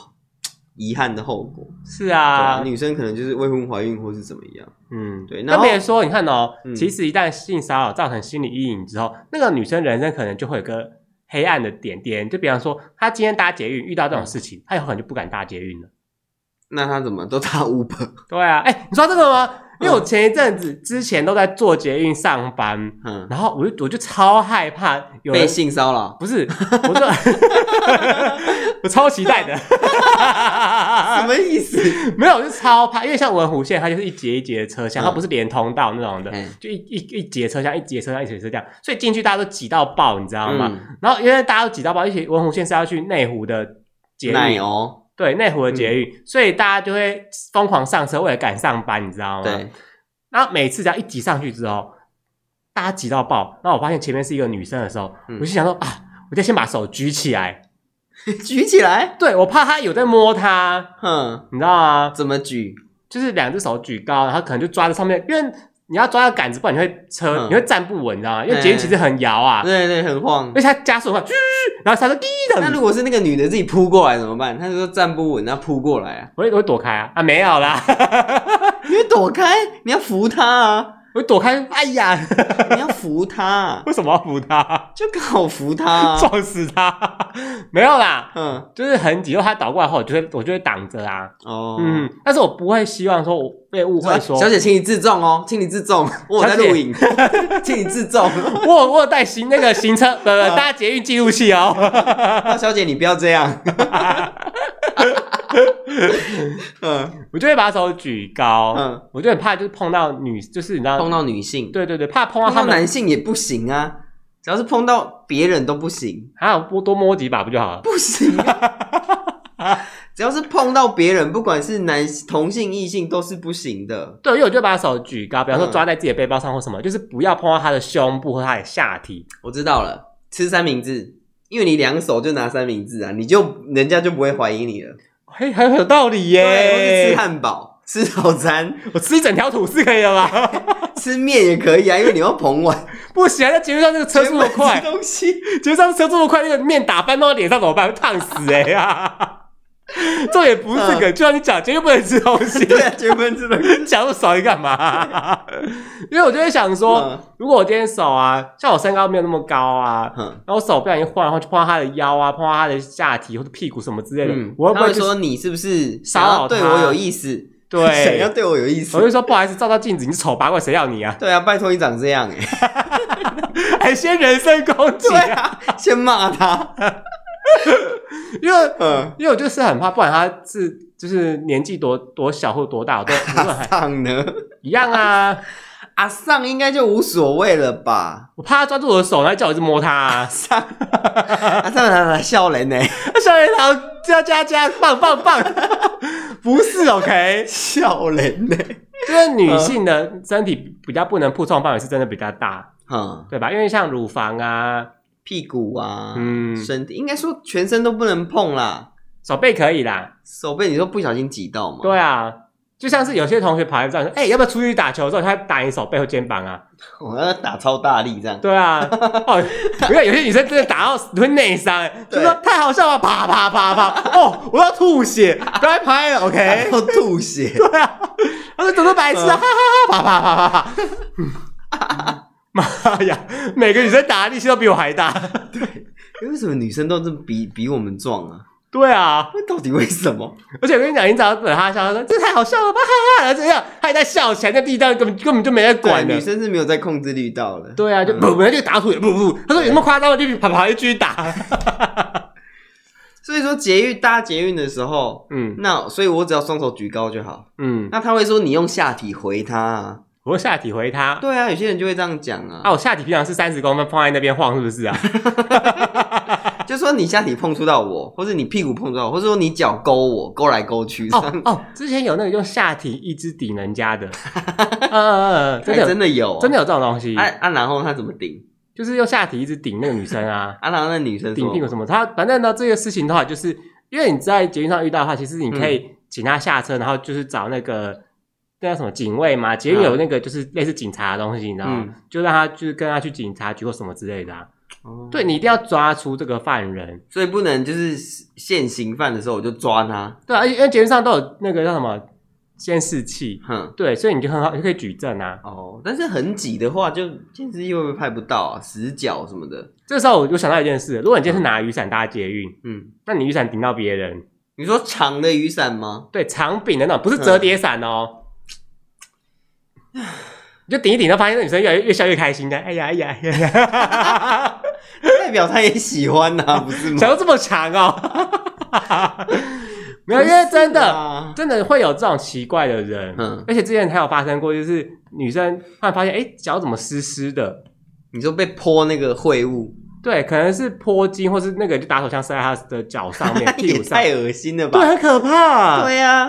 Speaker 2: 遗憾的后果。
Speaker 1: 是
Speaker 2: 啊，
Speaker 1: 啊，
Speaker 2: 女生可能就是未婚怀孕或是怎么样。
Speaker 1: 嗯，
Speaker 2: 对然
Speaker 1: 那
Speaker 2: 后
Speaker 1: 别说，你看哦，
Speaker 2: 嗯
Speaker 1: 其实一旦性骚扰造成心理阴影之后，那个女生人生可能就会有个黑暗的点点，就比方说，她今天搭捷运遇到这种事情，她有可能就不敢搭捷运了。
Speaker 2: 那她怎么都搭 Uber？
Speaker 1: 对啊，哎，你说到这个
Speaker 2: 嗯
Speaker 1: 吗？因为我前一阵子之前都在坐捷运上班，
Speaker 2: 嗯，
Speaker 1: 然后我就我就超害怕有人
Speaker 2: 被性骚扰
Speaker 1: 不是，我就我超期待的，啊
Speaker 2: 什么意 思？
Speaker 1: 没有，我是超怕，因为像文湖线，它就是一节一节的车厢，它不是连通道那种的，
Speaker 2: 嗯
Speaker 1: 就一一一节车厢，一节车厢，一节车厢，所以进去大家都挤到爆，你知道吗？
Speaker 2: 嗯，
Speaker 1: 然后因为大家都挤到爆，而且文湖线是要去内湖的捷
Speaker 2: 奶哦
Speaker 1: 运，
Speaker 2: 油
Speaker 1: 对，内湖的捷运，
Speaker 2: 嗯
Speaker 1: 所以大家就会疯狂上车，为了赶上班，你知道吗？
Speaker 2: 对，
Speaker 1: 然后每次只要一挤上去之后，大家挤到爆，然后我发现前面是一个女生的时候，
Speaker 2: 嗯
Speaker 1: 我就想说啊，我就先把手举起来，
Speaker 2: 举起来，
Speaker 1: 对我怕她有在摸她，
Speaker 2: 哼，
Speaker 1: 你知道吗？
Speaker 2: 怎么举？
Speaker 1: 就是两只手举高，然后可能就抓着上面，因为你要抓到杆子，不然你会车、
Speaker 2: 嗯
Speaker 1: 你会站不稳，你知道吗？因为捷运其实很摇啊，
Speaker 2: 对对，很晃
Speaker 1: 而。且它加速很快，嘘然后它说滴的
Speaker 2: 那，如果是那个女的自己扑过来怎么办？她就说站不稳，那扑过来啊，
Speaker 1: 我会我会躲开啊啊没有啦，
Speaker 2: 你会躲开，你要扶她 啊，
Speaker 1: 我会躲开，哎呀，
Speaker 2: 你要扶她啊，
Speaker 1: 为什么要扶他？
Speaker 2: 就刚好扶她啊。
Speaker 1: 撞死他，没有啦。
Speaker 2: 嗯，
Speaker 1: 就是很挤，如果他倒过来后，我就会我就会挡着啊。
Speaker 2: 哦，
Speaker 1: 嗯，，但是我不会希望说我被误会说，
Speaker 2: 小姐，请你自重哦，请你自重，我有在
Speaker 1: 小姐
Speaker 2: 录影， 请你自重。
Speaker 1: 我有我有带行那个行车不不
Speaker 2: 嗯
Speaker 1: 不搭捷运记录器哦。
Speaker 2: 那小姐，你不要这样。 嗯
Speaker 1: 我就会把手举高，
Speaker 2: 嗯，
Speaker 1: 我就很怕就是碰到女，就是你知道，
Speaker 2: 碰到女性，
Speaker 1: 对对对，怕碰到
Speaker 2: 碰
Speaker 1: 他
Speaker 2: 到
Speaker 1: 们
Speaker 2: 男性也不行啊，只要是碰到别人都不行，
Speaker 1: 啊，多多摸几把不就好了？
Speaker 2: 不行、啊。 只要是碰到别人，不管是男同性异性都是不行的。
Speaker 1: 对，因为我就把手举高，比方说
Speaker 2: 嗯
Speaker 1: 抓在自己的背包上或什么，就是不要碰到他的胸部或他的下体。
Speaker 2: 我知道了，吃三明治，因为你两手就拿三明治啊，你就人家就不会怀疑你了。
Speaker 1: 嘿，很有道理
Speaker 2: 对，或是
Speaker 1: 耶
Speaker 2: 吃！汉堡，吃早餐，
Speaker 1: 我吃一整条吐司可以了吗？
Speaker 2: 吃面也可以啊，因为你要捧碗，
Speaker 1: 不行、啊，那节目上那个车速那么快
Speaker 2: 全部，吃东西，
Speaker 1: 节目上车速那么快，那个面打翻到脸上怎么办？烫死哎、呀！ 重点不是这个，就像你讲，嗯 绝对不能吃东西。
Speaker 2: 对啊，全部吃东西。
Speaker 1: 讲那么少你干嘛？ 因为我就会想说
Speaker 2: 嗯，
Speaker 1: 如果我今天手啊，像我身高没有那么高啊，
Speaker 2: 嗯，
Speaker 1: 然后手不小心晃，然后就碰到他的腰啊，碰到他的下体或者屁股什么之类的，
Speaker 2: 嗯
Speaker 1: 我会不
Speaker 2: 他
Speaker 1: 会
Speaker 2: 会
Speaker 1: 就是
Speaker 2: 说你是不是
Speaker 1: 骚
Speaker 2: 想要
Speaker 1: 扰
Speaker 2: 对
Speaker 1: 他
Speaker 2: 我有意思？
Speaker 1: 对
Speaker 2: 想要对我有意
Speaker 1: 我
Speaker 2: 思。
Speaker 1: 就说不好意思，照照镜子，你是丑八怪，谁要你 啊？
Speaker 2: 对啊，拜托你长这样哎、 欸。
Speaker 1: 还先人身攻击
Speaker 2: 对，啊， 先骂他。
Speaker 1: 因为
Speaker 2: 嗯，
Speaker 1: 因为我就是很怕，不管他是就是年纪多多小或多大，我都无论
Speaker 2: 阿
Speaker 1: 还
Speaker 2: 尚呢？
Speaker 1: 一样啊，
Speaker 2: 阿尚应该就无所谓 了吧？
Speaker 1: 我怕他抓住我的手，然后叫我一直摸他、啊，
Speaker 2: 尚，阿尚来来笑欸人呢、
Speaker 1: 小人头加加加，棒棒棒， 不是 OK。
Speaker 2: 笑欸人呢、
Speaker 1: 就是女性的身体比较不能碰撞范围是真的比较大，
Speaker 2: 嗯，
Speaker 1: 对吧？因为像乳房啊，
Speaker 2: 屁股啊，
Speaker 1: 嗯，
Speaker 2: 身体应该说全身都不能碰啦，
Speaker 1: 手背可以啦，
Speaker 2: 手被你说不小心挤到嘛。
Speaker 1: 对啊。就像是有些同学跑来这样说，哎、要不要出去打球的时候，他打你手背或肩膀啊？
Speaker 2: 我要打超大力这样。
Speaker 1: 对啊，哦，因为有些女生真的打到会内伤，哎就
Speaker 2: 对
Speaker 1: 说太好笑了，啪啪啪啪，哦，我要吐血，不要再拍了
Speaker 2: 然
Speaker 1: ，OK？
Speaker 2: 后吐血，
Speaker 1: 对啊，他说怎么白痴啊，哈哈哈，啪啪啪啪啪。妈呀！每个女生打的力气都比我还大。
Speaker 2: 为什么女生都这么比比我们壮啊？
Speaker 1: 对啊，
Speaker 2: 那到底为什么？
Speaker 1: 而且我跟你讲，你只要惹他笑，他说这太好笑了吧，哈哈，然后这样，他也在笑起来，那地上根本根本就没在管
Speaker 2: 对
Speaker 1: 的
Speaker 2: 女。生是没有在控制力道的。
Speaker 1: 对啊，就
Speaker 2: 嗯
Speaker 1: 不不就打土也不不，他说有那么夸张吗？就跑跑就继续 打。
Speaker 2: 所以说捷运搭捷运的时候，
Speaker 1: 嗯
Speaker 2: 那所以我只要双手举高就好。
Speaker 1: 嗯，
Speaker 2: 那他会说你用下体回他啊？
Speaker 1: 我下体回他。
Speaker 2: 对啊，有些人就会这样讲啊，
Speaker 1: 啊，我下体平常是三十公分，放在那边晃是不 是啊？
Speaker 2: 就说你下体碰触到我，或者你屁股碰触到我，或者说你脚勾我，勾来勾去，这
Speaker 1: 哦
Speaker 2: 样
Speaker 1: 哦，之前有那个用下体一只顶人家 的，嗯嗯嗯，真的
Speaker 2: 哎
Speaker 1: 有
Speaker 2: 真的有
Speaker 1: 真的有这种东西
Speaker 2: 啊，啊！然后他怎么顶？
Speaker 1: 就是用下体一直顶那个女生啊，
Speaker 2: 啊，然后那女生
Speaker 1: 顶
Speaker 2: 说
Speaker 1: 屁股什么，他反正呢这个事情的话，就是因为你在捷运上遇到的话，其实你可以请他下车，然后就是找那个那叫什么警卫嘛，捷运有那个就是类似警察的东西，你知道吗？
Speaker 2: 嗯
Speaker 1: 就让他就是跟他去警察局或什么之类的、啊。
Speaker 2: 哦
Speaker 1: 对你一定要抓出这个犯人，
Speaker 2: 所以不能就是现行犯的时候我就抓他，
Speaker 1: 对啊，而且因为捷运上都有那个叫什么监视器，
Speaker 2: 哼。
Speaker 1: 对，所以你就很好，你可以举证啊。
Speaker 2: 哦，但是很挤的话，就监视器会不会拍不到啊？死角什么的，
Speaker 1: 这时候我就想到一件事，如果你今天是拿雨伞搭捷运，
Speaker 2: 嗯，
Speaker 1: 那你雨伞顶到别人，
Speaker 2: 你说长的雨伞吗？
Speaker 1: 对，长柄的那种，
Speaker 2: 嗯
Speaker 1: 不是折叠伞哦。你就顶一顶，然后发现那女生越来越越笑越开心的，哎呀哎呀哎 呀，
Speaker 2: 代表他也喜欢 呐、不是吗？
Speaker 1: 想到这么长哦， 没有，因为真的、
Speaker 2: 啊，
Speaker 1: 真的会有这种奇怪的人，
Speaker 2: 嗯
Speaker 1: 而且之前还有发生过，就是女生突然发现，哎、脚怎么湿湿的？
Speaker 2: 你说被泼那个秽物，
Speaker 1: 对，可能是泼金，或是那个就打手枪射在她的脚上面、屁
Speaker 2: 也
Speaker 1: 股上
Speaker 2: 太，恶心了
Speaker 1: 对，啊
Speaker 2: 吧？
Speaker 1: 很可怕。
Speaker 2: 对啊，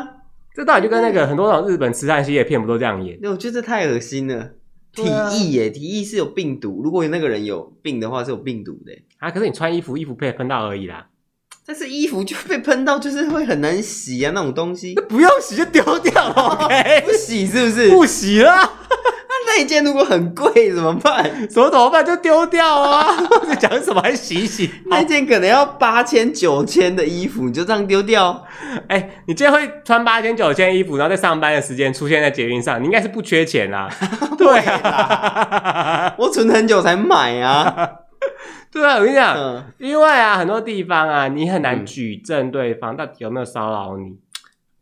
Speaker 1: 这到底就跟那个很多那种日本慈善系列片不都这样演？
Speaker 2: 我觉得这太恶心了。体
Speaker 1: 对啊
Speaker 2: 液耶，体液是有病毒，如果那个人有病的话是有病毒的耶。
Speaker 1: 啊，可是你穿衣服，衣服被喷到而已啦，
Speaker 2: 但是衣服就被喷到，就是会很难洗啊，那种东西
Speaker 1: 不用洗就丢掉 ，OK？
Speaker 2: 不洗是不 是？
Speaker 1: 不洗啦，
Speaker 2: 那一件如果很贵怎么 办？
Speaker 1: 什么怎么办？就丢掉啊！ 你讲什么还洗一洗？
Speaker 2: 那一件可能要八千九千的衣服，你就这样丢掉？
Speaker 1: 哎、你今天会穿八千九千衣服，然后在上班的时间出现在捷运上，你应该是不缺钱啦。 对啊，
Speaker 2: 我存很久才买 啊。
Speaker 1: 对啊，我跟你讲，
Speaker 2: 嗯，
Speaker 1: 因为啊，很多地方啊，你很难
Speaker 2: 嗯
Speaker 1: 举证对方到底有没有骚扰你。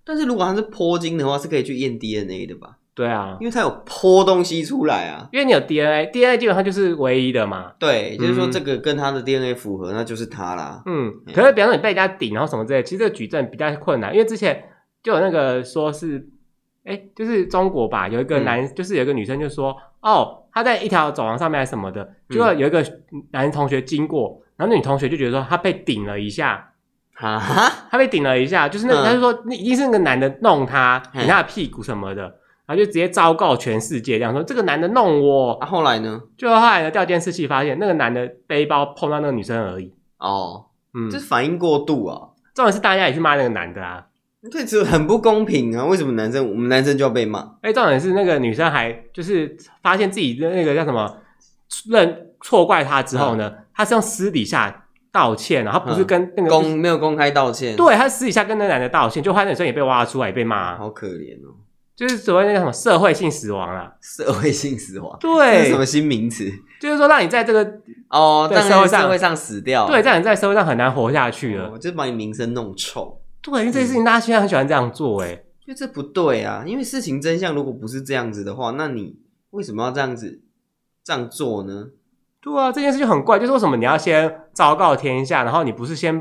Speaker 2: 但是如果他是泼金的话，是可以去验 DNA 的吧？
Speaker 1: 对啊，
Speaker 2: 因为它有泼东西出来啊。
Speaker 1: 因为你有 DNA，DNA 基本上就是唯一的嘛。
Speaker 2: 对，就是说
Speaker 1: 嗯
Speaker 2: 这个跟他的 DNA 符合，那就是他啦。
Speaker 1: 嗯，可是比方说你被人家顶，然后什么之类，其实这个举证比较困难，因为之前就有那个说是，哎、就是中国吧，有一
Speaker 2: 嗯
Speaker 1: 个男，就是有一个女生就说，哦，她在一条走廊上面还是什么的，结
Speaker 2: 嗯
Speaker 1: 果有一个男同学经过，然后女同学就觉得说她被顶了一下，
Speaker 2: 哈哈，
Speaker 1: 她被顶了一下，就是那
Speaker 2: 嗯
Speaker 1: 个，她、就说那一定是那个男的弄她，
Speaker 2: 嘿
Speaker 1: 顶她的屁股什么的。然后就直接昭告全世界，这样说这个男的弄我
Speaker 2: 啊，，后来呢？
Speaker 1: 就后来呢调监视器发现那个男的背包碰到那个女生而已。
Speaker 2: 哦，
Speaker 1: 嗯，
Speaker 2: 这是反应过度啊。
Speaker 1: 重点是大家也去骂那个男的啊，
Speaker 2: 对，这很不公平啊！为什么男生我们男生就要被骂？
Speaker 1: 哎，重点是那个女生还就是发现自己的那个叫什么认错怪他之后呢，她是用私底下道歉啊，她不是
Speaker 2: 嗯
Speaker 1: 跟那个、
Speaker 2: 公没有公开道歉，，
Speaker 1: 对，她私底下跟那男的道歉，就她女生也被挖出来也被骂啊，
Speaker 2: 好可怜哦，
Speaker 1: 就是所谓那个什么社会性死亡啦。
Speaker 2: 社会性死亡，这是
Speaker 1: 对
Speaker 2: 什，么新名词？
Speaker 1: 就是说让你在这个
Speaker 2: 哦，
Speaker 1: 对
Speaker 2: 但是
Speaker 1: 社会上
Speaker 2: 社会上死掉，
Speaker 1: 对，这样你在社会上很难活下去了。
Speaker 2: 哦，就把你名声弄臭，
Speaker 1: 对，因为这件事情大家现在很喜欢这样做，哎，
Speaker 2: 就这不对啊！因为事情真相如果不是这样子的话，那你为什么要这样子这样做呢？
Speaker 1: 对啊，这件事就很怪，就是为什么你要先昭告天下，然后你不是先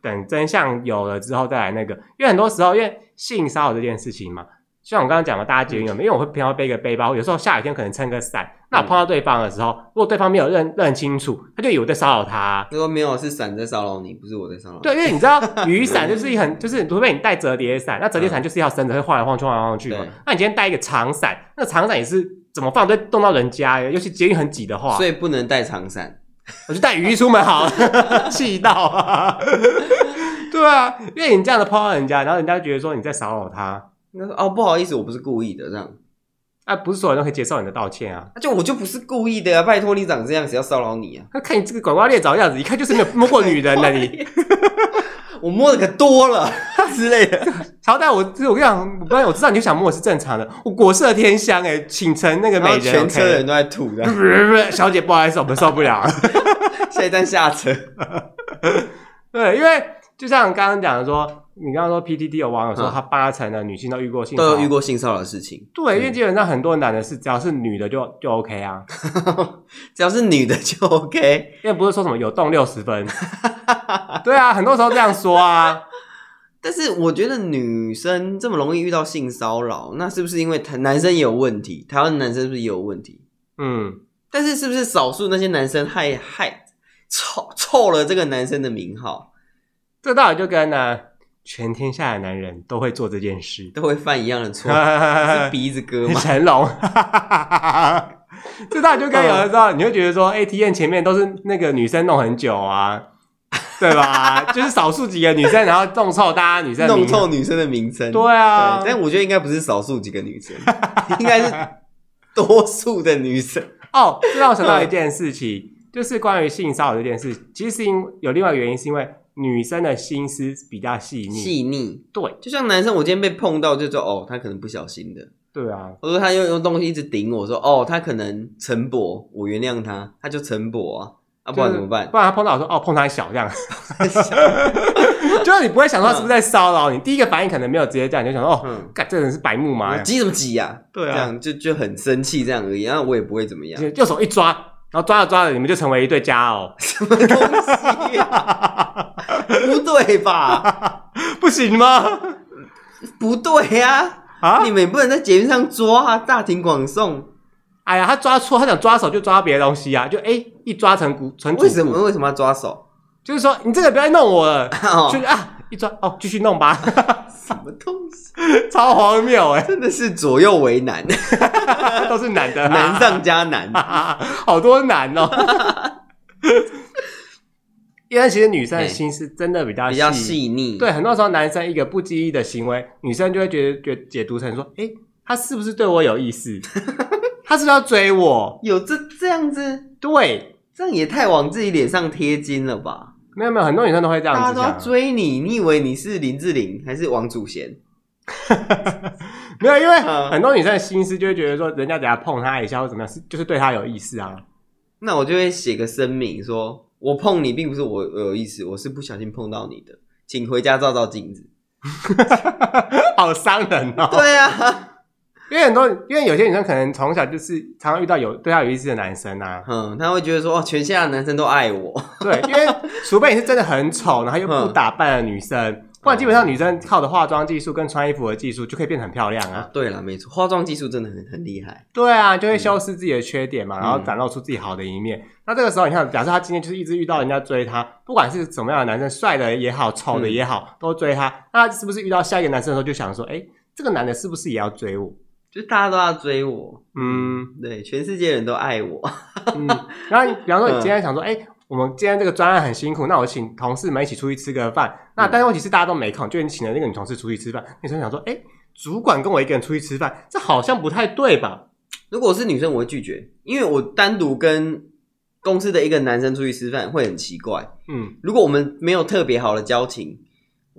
Speaker 1: 等真相有了之后再来那个？因为很多时候，因为性骚扰这件事情嘛，就像我刚刚讲的，大家节约有没有？因为我会平常背个背包，有时候下雨天可能撑个伞，那我碰到对方的时候，如果对方没有认认清楚，他就以为我在骚扰他啊、
Speaker 2: 如果没有是伞在骚扰你，不是我在骚扰你。
Speaker 1: 对，因为你知道雨伞就是很，就是除非你带折叠伞，那折叠伞就是要伸着，会晃来晃去，晃来晃去嘛
Speaker 2: 对。
Speaker 1: 那你今天带一个长伞，那长伞也是怎么放都会动到人家耶，尤其捷运很挤的话
Speaker 2: 所，以不能带长伞。
Speaker 1: 我就带雨衣出门好 了，气到啊！ 对啊，因为你这样的抛到人家，然后人家觉得说你在骚扰他，
Speaker 2: 那说哦，不好意思，我不是故意的，这样。
Speaker 1: 啊，不是所有人都可以接受你的道歉啊。
Speaker 2: 那就我就不是故意的啊！拜托你长这样，谁要骚扰你啊？
Speaker 1: 那看你这个拐瓜裂枣的样子，一看就是没有摸过女人的你。
Speaker 2: 我摸的可多了之类的。
Speaker 1: 好歹我，我跟你讲，我不然我知道你就想摸我是正常的，我国色天香哎、请成那个
Speaker 2: 然
Speaker 1: 美
Speaker 2: 后
Speaker 1: 人，
Speaker 2: 全车
Speaker 1: OK
Speaker 2: 人都在吐的
Speaker 1: 不，不不， 小姐，不好意思，我们受不了。
Speaker 2: 下一站下车。
Speaker 1: 对，因为就像刚刚讲的说，你刚刚说 PTT 有网友说，
Speaker 2: 嗯
Speaker 1: 他八成的女性都遇过性骚
Speaker 2: 都有遇
Speaker 1: 扰。
Speaker 2: 过性嗯骚扰的事情，
Speaker 1: 对，因为基本上很多男的是，只要是女的就就 OK 啊，
Speaker 2: 只要是女的就 OK。
Speaker 1: 因为不是说什么有动六十分，对啊，很多时候这样说啊，
Speaker 2: 但是我觉得女生这么容易遇到性骚扰，那是不是因为台男生也有问题？台湾男生是不是也有问题？
Speaker 1: 嗯，
Speaker 2: 但是是不是少数那些男生害害臭臭了这个男生的名号，
Speaker 1: 这道理就跟呢全天下的男人都会做这件事，
Speaker 2: 都会犯一样的 错？是
Speaker 1: 成
Speaker 2: 鼻子哥吗？
Speaker 1: 龙，这道理就跟有的时候你会觉得说，哎、体验前面都是那个女生弄很久啊。对吧？ 就是少数几个女生，然后弄臭大家女生的
Speaker 2: 弄
Speaker 1: 名
Speaker 2: 臭女生的名 声。
Speaker 1: 对啊
Speaker 2: 对，但我觉得应该不是少数几个女生，应该是多数的女生。
Speaker 1: 哦，这让我想
Speaker 2: 嗯
Speaker 1: 到一件事情，就是关于性骚扰这件事。其实因有另外一个原因，是因为女生的心思比较细腻。
Speaker 2: 细腻，
Speaker 1: 对，
Speaker 2: 就像男生，我今天被碰到，就说哦，他可能不小心的，
Speaker 1: 对啊，
Speaker 2: 或者他又用东西一直顶我，说哦，他可能陈勃，我原谅他，他就陈勃啊，啊，不然怎么办
Speaker 1: 不？然他碰到我说哦碰他一小这样，
Speaker 2: 想
Speaker 1: 就是你不会想到是不是在骚扰你，第一个反应可能没有直接这样，你就想说 哦，
Speaker 2: 嗯，
Speaker 1: 干这人是白目吗
Speaker 2: 我？急什么急呀、
Speaker 1: 对
Speaker 2: 这
Speaker 1: 啊，
Speaker 2: 样就就很生气这样而已，然后我也不会怎么样
Speaker 1: 就，右手一抓，然后抓着抓着你们就成为一哦对佳偶，
Speaker 2: 什么 东西、啊？不对吧？
Speaker 1: 不行吗？
Speaker 2: 不对呀、
Speaker 1: 啊
Speaker 2: 你，们也不能在节目上抓啊，大庭广众，
Speaker 1: 哎呀，他抓错，他想抓手就抓别的东西啊，就哎、一抓成骨成主
Speaker 2: 为什
Speaker 1: 顾
Speaker 2: 么为什么要抓手？
Speaker 1: 就是说你这个不要再弄我了，
Speaker 2: 哦
Speaker 1: 就，是啊一抓哦继续弄吧，
Speaker 2: 什么东西？
Speaker 1: 超荒谬哎、
Speaker 2: 真的是左右为难，
Speaker 1: 都是男的、
Speaker 2: 难上加难。
Speaker 1: 上， 好多男 哦。因为其实女生的心思真的比较
Speaker 2: 比较，细腻，
Speaker 1: 对，很多时候男生一个不经意的行为，女生就会觉得觉得解读成说，诶，他是不是对我有意思？ 他是不是要追我？
Speaker 2: 有这这样子，
Speaker 1: 对，
Speaker 2: 这样也太往自己脸上贴金了吧？
Speaker 1: 没有没有，很多女生都会这样
Speaker 2: 大家
Speaker 1: 子
Speaker 2: 都要
Speaker 1: 想，
Speaker 2: 追啊你，你以为你是林志玲还是王祖贤？
Speaker 1: 没有，因为
Speaker 2: 嗯
Speaker 1: 很多女生的心思就会觉得说，人家等下碰她一下或怎么样，是就是对她有意思 啊。
Speaker 2: 那我就会写个声明说，我碰你并不是我我有意思，我是不小心碰到你的，请回家照照镜子。
Speaker 1: 好伤人哦。
Speaker 2: 对啊，，
Speaker 1: 因为很多，因为有些女生可能从小就是常常遇到有对她有意思的男生啊
Speaker 2: 嗯，他会觉得说，哦，全下的男生都爱我，
Speaker 1: 对，因为除非你是真的很丑，然后又不
Speaker 2: 嗯
Speaker 1: 打扮的女生，不然基本上女生靠着化妆技术跟穿衣服的技术就可以变得很漂亮啊。
Speaker 2: 对了，没错，化妆技术真的很很厉害。
Speaker 1: 对啊，就会修饰自己的缺点嘛，然后展露出自己好的一面。那这个时候，你看，假设她今天就是一直遇到人家追她，不管是什么样的男生，帅的也好，丑的也好，都追她，那是不是遇到下一个男生的时候就想说，哎，这个男的是不是也要追我？
Speaker 2: 就大家都要追我，
Speaker 1: 嗯，
Speaker 2: 对，全世界人都爱我， 嗯
Speaker 1: 嗯，然后你比方说，你今天想说，哎、我们今天这个专案很辛苦，那我请同事们一起出去吃个饭。那
Speaker 2: 嗯
Speaker 1: 但是问题是大家都没空，就你请了那个女同事出去吃饭。女生想说，哎、主管跟我一个人出去吃饭，这好像不太对吧？
Speaker 2: 如果我是女生，我会拒绝，因为我单独跟公司的一个男生出去吃饭会很奇怪。
Speaker 1: 嗯，
Speaker 2: 如果我们没有特别好的交情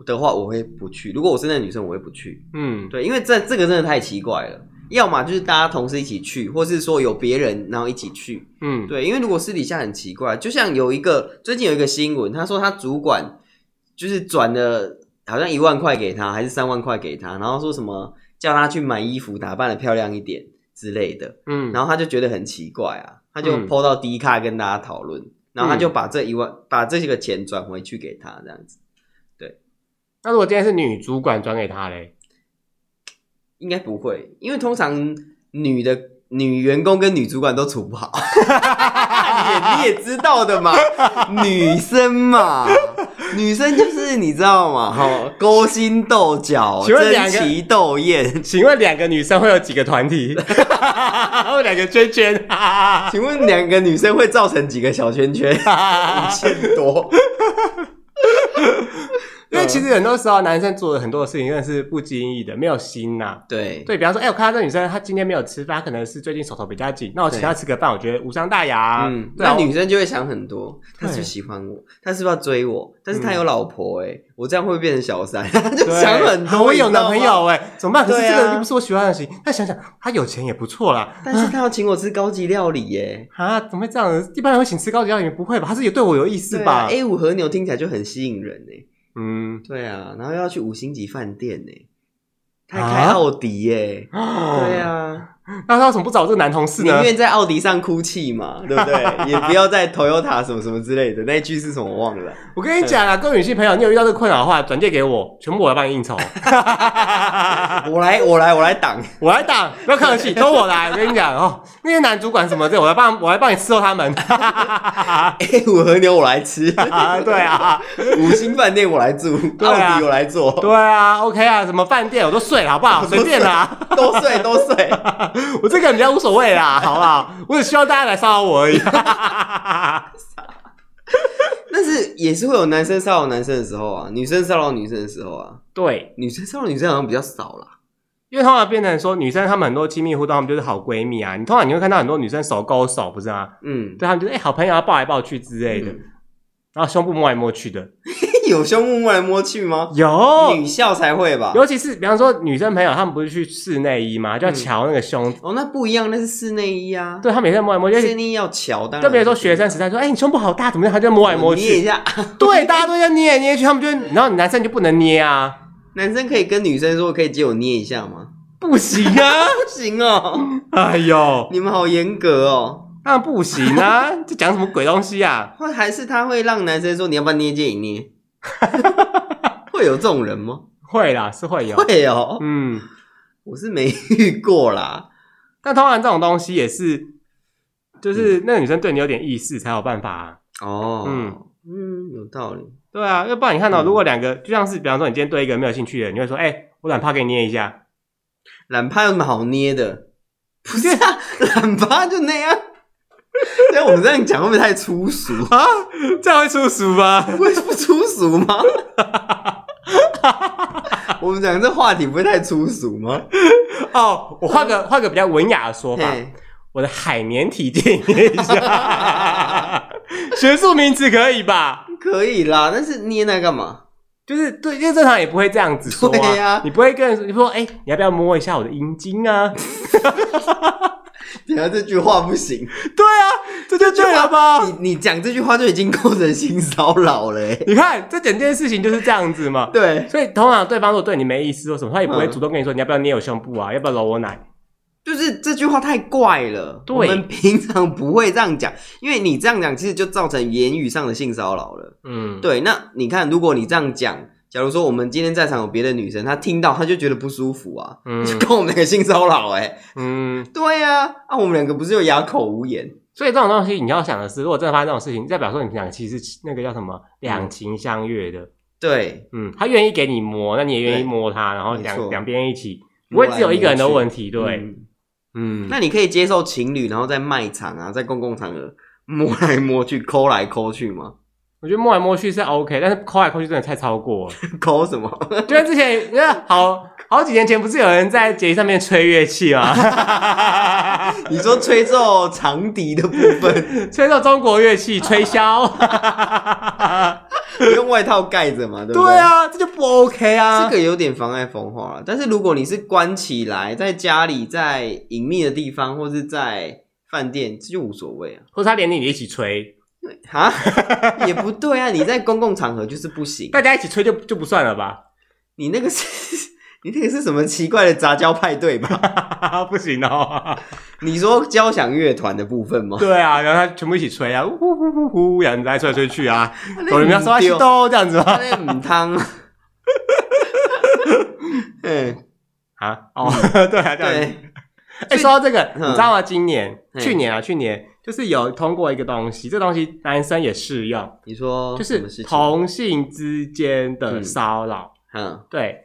Speaker 2: 的话，我会不去。如果我是那个女生，我会不去。
Speaker 1: 嗯，
Speaker 2: 对，因为这这个真的太奇怪了。要么就是大家同事一起去，或是说有别人然后一起去。
Speaker 1: 嗯，
Speaker 2: 对，因为如果私底下很奇怪，就像有一个最近有一个新闻，他说他主管就是转了好像一万块给他，还是三万块给他，然后说什么叫他去买衣服，打扮的漂亮一点之类的，
Speaker 1: 嗯，
Speaker 2: 然后他就觉得很奇怪啊，他就
Speaker 1: 嗯
Speaker 2: PO 到 D 卡跟大家讨论，然后他就把这一万把这些个钱转回去给他这样子。
Speaker 1: 那如果今天是女主管转给他嘞，
Speaker 2: 应该不会，因为通常女的女员工跟女主管都处不好。 你也你也知道的嘛，女生嘛，女生就是你知道嘛，哈，勾心斗角，
Speaker 1: 请问两
Speaker 2: 争
Speaker 1: 个
Speaker 2: 奇斗艳。
Speaker 1: 请问两个女生会有几个团体？会两个圈圈？
Speaker 2: 请问两个女生会造成几个小 圈圈？五千多。
Speaker 1: 因为其实很多时候男生做的很多事情真的是不经意的，没有心呐、
Speaker 2: 对
Speaker 1: 对比方说，哎、我看到这女生，她今天没有吃饭，她可能是最近手头比较紧，那我请她吃个饭，我觉得无伤大雅。
Speaker 2: 嗯，
Speaker 1: 对啊
Speaker 2: 那女生就会想很多，他
Speaker 1: 对
Speaker 2: 是不是喜欢我，他是不是要追我？但是他
Speaker 1: 嗯
Speaker 2: 有老婆哎、我这样会不会变成小三？ 就
Speaker 1: 对啊
Speaker 2: 想很多。
Speaker 1: 我
Speaker 2: 你
Speaker 1: 有
Speaker 2: 知道
Speaker 1: 男朋
Speaker 2: 吗
Speaker 1: 友哎、怎么办？可是
Speaker 2: 对啊
Speaker 1: 这个又不是我喜欢的型。那想想，他有钱也不错啦。
Speaker 2: 但是他要请我吃高级料理耶，
Speaker 1: 啊，怎么会这样子？一般人会请吃高级料理，不会吧？他是有对我有意思
Speaker 2: 对
Speaker 1: 吧？
Speaker 2: 啊、？A 五和牛听起来就很吸引人呢。
Speaker 1: 嗯
Speaker 2: 对啊，然后又要去五星级饭店呢，他
Speaker 1: 啊
Speaker 2: 还开奥迪耶。对，
Speaker 1: 哦
Speaker 2: 啊，
Speaker 1: 那他为什么不找这个男同事
Speaker 2: 宁
Speaker 1: 呢？
Speaker 2: 愿在奥迪上哭 泣嘛，对不对？也不要在 Toyota 什么什么之类的。那一句是什么我忘 了？
Speaker 1: 我跟你讲啊，各位女性朋友，你有遇到这个困扰的话，转借给我，全部我来帮你应酬，
Speaker 2: 我来，我来，我来挡。
Speaker 1: 我来挡，不要客气，都我来。我跟你讲哦，那些男主管什么的，我来帮，我来帮你伺候他 们。
Speaker 2: A 哎五和牛我来吃，
Speaker 1: 啊，对啊，
Speaker 2: 五星饭店我来住，
Speaker 1: 对啊
Speaker 2: 奥迪我来做，
Speaker 1: 对啊，OK 啊，什么饭店我都睡了，好不 好？随便啦，
Speaker 2: 都睡都睡。
Speaker 1: 我这个人比较无所谓 啦，好不好？我只希望大家来骚扰我而已。
Speaker 2: 但是也是会有男生骚扰男生的时候啊，女生骚扰女生的时候啊，
Speaker 1: 对，
Speaker 2: 女生骚扰女生好像比较少啦。
Speaker 1: 因为通常变成说，女生她们很多亲密互动，她们就是好闺蜜啊。你通常你会看到很多女生手勾手，不是吗？
Speaker 2: 嗯，
Speaker 1: 对，她们就是哎、好朋友啊，抱来抱去之类的，
Speaker 2: 嗯
Speaker 1: 然后胸部摸来摸去的，
Speaker 2: 有胸部摸来摸去吗？
Speaker 1: 有。
Speaker 2: 女校才会吧？
Speaker 1: 尤其是比方说女生朋友，她们不是去试内衣嘛，就要瞧那个胸，
Speaker 2: 哦，那不一样，那是室内衣啊。
Speaker 1: 对她每天摸来摸
Speaker 2: 室
Speaker 1: 去，
Speaker 2: 内衣要翘，当然
Speaker 1: 就比如说学生时代说，哎、你胸部好大，怎么样？她就摸来摸
Speaker 2: 捏一
Speaker 1: 去，
Speaker 2: 下。
Speaker 1: 对，大家都在捏来捏去，他们就，然后男生就不能捏啊，
Speaker 2: 男生可以跟女生说，可以借我捏一下吗？
Speaker 1: 不行啊！
Speaker 2: 不行哦，
Speaker 1: 哎呦，
Speaker 2: 你们好严格哦。
Speaker 1: 当然不行啊！ 这讲什么鬼东西啊？
Speaker 2: 或还是他会让男生说，你要不要捏借你 捏？会有这种人吗？
Speaker 1: 会啦，是会有，
Speaker 2: 会哦，
Speaker 1: 嗯。
Speaker 2: 我是没遇过啦。
Speaker 1: 但通常这种东西也是，就是那个女生对你有点意思才有办法、啊。
Speaker 2: 哦，
Speaker 1: 嗯
Speaker 2: 嗯，有道理。
Speaker 1: 对啊，要不然你看到、
Speaker 2: 嗯
Speaker 1: 如果两个就像是，比方说你今天对一个没有兴趣的人，你会说：“哎、我懒趴给你捏一 下。
Speaker 2: 懒趴有什么好捏的？不是啊， 懒趴就那样。但我们这样讲会不会太粗俗？”
Speaker 1: 啊，这样会出俗吗？
Speaker 2: 不会不粗 俗吗？我们讲这话题不会太粗俗吗？
Speaker 1: 哦，我换个换个比较文雅的说法，
Speaker 2: 嘿
Speaker 1: 我的海绵体借你捏一下， 学术名词可以吧？
Speaker 2: 可以啦，但是捏那干嘛？
Speaker 1: 就是对，因为正常也不会这样子说
Speaker 2: 对
Speaker 1: 啊
Speaker 2: 啊，
Speaker 1: 你不会跟人你说，哎、你要不要摸一下我的阴茎啊？
Speaker 2: 等下这句话不行，
Speaker 1: 对啊，这就对了吧？
Speaker 2: 你你讲这句话就已经构成性骚扰了、欸。
Speaker 1: 你看，这整件事情就是这样子嘛。
Speaker 2: 对，
Speaker 1: 所以通常对方如果对你没意思或什么，他也不会
Speaker 2: 嗯
Speaker 1: 主动跟你说你要不要捏我胸部啊，要不要揉我奶。
Speaker 2: 就是这句话太怪了。
Speaker 1: 对
Speaker 2: 我们平常不会这样讲，因为你这样讲其实就造成言语上的性骚扰了。
Speaker 1: 嗯，
Speaker 2: 对，那你看，如果你这样讲，假如说我们今天在场有别的女生，她听到她就觉得不舒服啊，就
Speaker 1: 嗯
Speaker 2: 跟我们两个性骚扰哎。
Speaker 1: 嗯，
Speaker 2: 对呀、啊，我们两个不是又哑口无言？
Speaker 1: 所以这种东西你要想的是，如果真的发生这种事情，代表说你们俩其实是那个叫什么两情相悦的。
Speaker 2: 对，
Speaker 1: 嗯，他愿意给你摸，那你也愿意
Speaker 2: 对
Speaker 1: 摸他，然后
Speaker 2: 没
Speaker 1: 两
Speaker 2: 错
Speaker 1: 两边一起，不
Speaker 2: 摸
Speaker 1: 会
Speaker 2: 来
Speaker 1: 只有一个人的
Speaker 2: 摸去
Speaker 1: 问题。对，
Speaker 2: 嗯
Speaker 1: 嗯，
Speaker 2: 那你可以接受情侣，然后在卖场啊，在公共场合摸来摸去、抠来抠去吗？
Speaker 1: 我觉得摸来摸去是 OK，但是抠来抠去真的太超过了。
Speaker 2: 抠什么？
Speaker 1: 就像之前，那好好几年前，不是有人在节上面吹乐器吗？
Speaker 2: 你说吹奏长笛的部 分，
Speaker 1: 吹到中国乐器，吹箫。
Speaker 2: 用外套盖着嘛，对不
Speaker 1: 对啊，这就不 OK 啊。
Speaker 2: 这个有点妨碍风化了。但是如果你是关起来，在家里、在隐秘的地方，或是在饭店，这就无所谓啊。
Speaker 1: 或者他连你一起吹，
Speaker 2: 啊，也不对啊，你在公共场合就是不行。
Speaker 1: 大家一起吹就就不算了吧？
Speaker 2: 你那个是，你那个是什么奇怪的杂交派对吧？
Speaker 1: 不行哦。
Speaker 2: 你说交响乐团的部分吗？
Speaker 1: 对啊，然后他全部一起吹啊，呜呼呼呼呼，然后来吹来吹去 啊，我们要说
Speaker 2: 说
Speaker 1: 话西
Speaker 2: 豆，
Speaker 1: 都这样子 吗？
Speaker 2: 那母汤。嗯，
Speaker 1: 啊，哦， 对啊，这样子。
Speaker 2: 对，
Speaker 1: 哎、说到这个，
Speaker 2: 嗯
Speaker 1: 你知道吗？今年、
Speaker 2: 嗯
Speaker 1: 去年啊，去年就是有通过一个东西，这东西男生也适用，
Speaker 2: 你说
Speaker 1: 就
Speaker 2: 什么
Speaker 1: 是
Speaker 2: 事情
Speaker 1: 同性之间的骚扰。
Speaker 2: 嗯
Speaker 1: 对，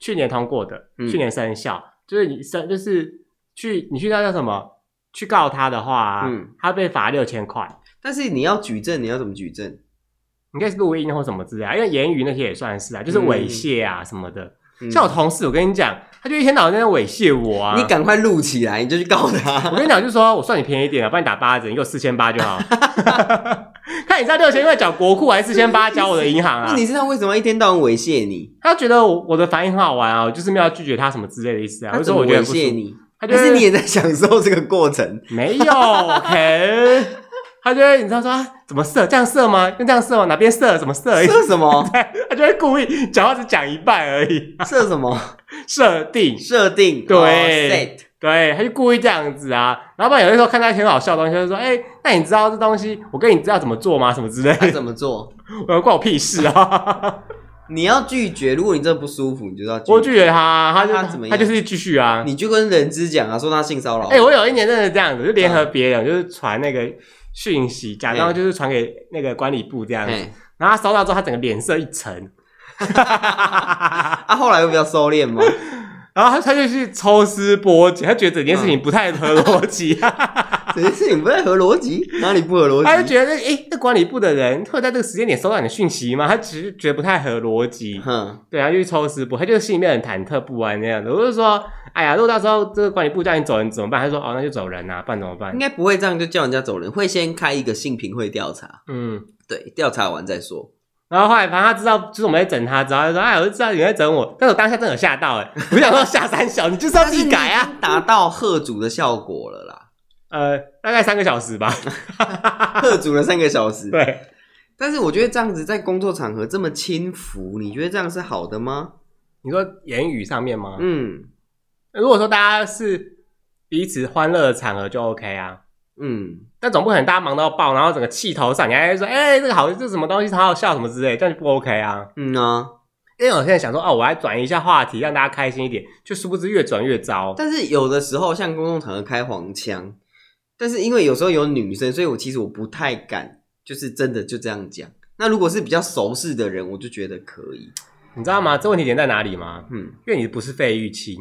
Speaker 1: 去年通过的，
Speaker 2: 嗯
Speaker 1: 去年生效，就是你生，就是去你去那叫什么？去告他的话、啊，
Speaker 2: 嗯
Speaker 1: 他被罚六千块。
Speaker 2: 但是你要举证，你要怎么举证？
Speaker 1: 你可以录音或什么之类啊，因为言语那些也算是啊，就是猥亵啊什么的。
Speaker 2: 嗯
Speaker 1: 像我同事，我跟你讲，他就一天到晚在那猥亵我啊。
Speaker 2: 你赶快录起来，你就去告他
Speaker 1: 我。跟你讲，就是说我算你便宜一点啊，帮你打八折，你给我四千八就好。 看你在六千块缴国库还是四千八缴我的银行啊
Speaker 2: 问？题是他为什么一天到晚猥亵你？
Speaker 1: 他觉得我我的反应很好玩啊，我就是没有拒绝他什么之类的意思啊。
Speaker 2: 他
Speaker 1: 我就
Speaker 2: 怎
Speaker 1: 说
Speaker 2: 么
Speaker 1: 我觉得
Speaker 2: 猥
Speaker 1: 不舒
Speaker 2: 亵
Speaker 1: 服，
Speaker 2: 你？
Speaker 1: 他就
Speaker 2: 但
Speaker 1: 是
Speaker 2: 是你也在享受这个 过程？
Speaker 1: 没有 OK，他 就会你知道说啊怎么射这样射吗？用这样射吗？哪边射？怎么射？
Speaker 2: 射 什么？
Speaker 1: 他就会故意讲话只讲一半而已，
Speaker 2: 设什么？
Speaker 1: 设定
Speaker 2: 设定
Speaker 1: 对
Speaker 2: 哦，set
Speaker 1: 对，他就故意这样子啊。然后不然有的时候看到一些很好笑的东西，他就说：“哎、那你知道这东西我跟你知道怎么做吗？什么之类
Speaker 2: 他
Speaker 1: 的，
Speaker 2: 怎么做？
Speaker 1: 我呃关我屁事 啊！
Speaker 2: 你要拒绝，如果你真的不舒服，你就要
Speaker 1: 我
Speaker 2: 拒绝。
Speaker 1: 拒绝他，他就
Speaker 2: 那他怎么
Speaker 1: 他
Speaker 2: 样
Speaker 1: 就是继续啊。
Speaker 2: 你就跟人资讲啊，说他性骚扰。
Speaker 1: 哎、我有一年真的这样子，就联
Speaker 2: 嗯
Speaker 1: 合别人，就是传那个讯息，假装
Speaker 2: 哎
Speaker 1: 就是传给那个管理部这样子。
Speaker 2: 哎
Speaker 1: 然后他收到之后，他整个脸色一沉，
Speaker 2: 啊，后来又比较收 敛吗？
Speaker 1: 然后他他就去抽丝剥茧，他觉得整件事
Speaker 2: 嗯
Speaker 1: 情不太合逻辑、啊
Speaker 2: 这件事情不太合逻辑，哪里不合
Speaker 1: 他
Speaker 2: 逻
Speaker 1: 就
Speaker 2: 辑？
Speaker 1: 觉得，诶，那管理部的人会在这个时间点收到你的讯息吗？他只是觉得不太合逻辑，
Speaker 2: 哼，
Speaker 1: 对，他就去抽丝剥，他就心里面很忐忑不安那样子。我就说，哎呀，如果到时候这个管理部叫你走人怎么办？他说，哦，那就走人啊，不然怎么办
Speaker 2: 应？该不会这样就叫人家走人，会先开一个性评会调查，
Speaker 1: 嗯，
Speaker 2: 对，调查完再说。
Speaker 1: 然后后来反正他知道，就是我们在整他，之后他就说，哎，我就知道你在整我，但是我当下真的有吓到、 哎，我想说吓三小，你就是要自己改 啊。，
Speaker 2: 达到贺主的效果了啦，
Speaker 1: 呃，大概三个小时吧，
Speaker 2: 贺主了三个小时。
Speaker 1: 对，
Speaker 2: 但是我觉得这样子在工作场合这么轻浮，你觉得这样是好的吗？
Speaker 1: 你说言语上面吗？
Speaker 2: 嗯
Speaker 1: 如果说大家是彼此欢乐的场合就 OK 啊。
Speaker 2: 嗯，
Speaker 1: 但总不可能大家忙到爆，然后整个气头上，你还说，哎、这个好，这什么东西，好好笑什么之类，这样就不 OK 啊。
Speaker 2: 嗯啊，
Speaker 1: 因为我现在想说，哦，我来转移一下话题，让大家开心一点，就殊不知越转越糟。
Speaker 2: 但是有的时候像公共场合开黄腔，但是因为有时候有女生，所以我其实我不太敢，就是真的就这样讲。那如果是比较熟识的人，我就觉得可以，
Speaker 1: 你知道吗？这问题点在哪里吗？
Speaker 2: 嗯。
Speaker 1: 因为你不是费玉清，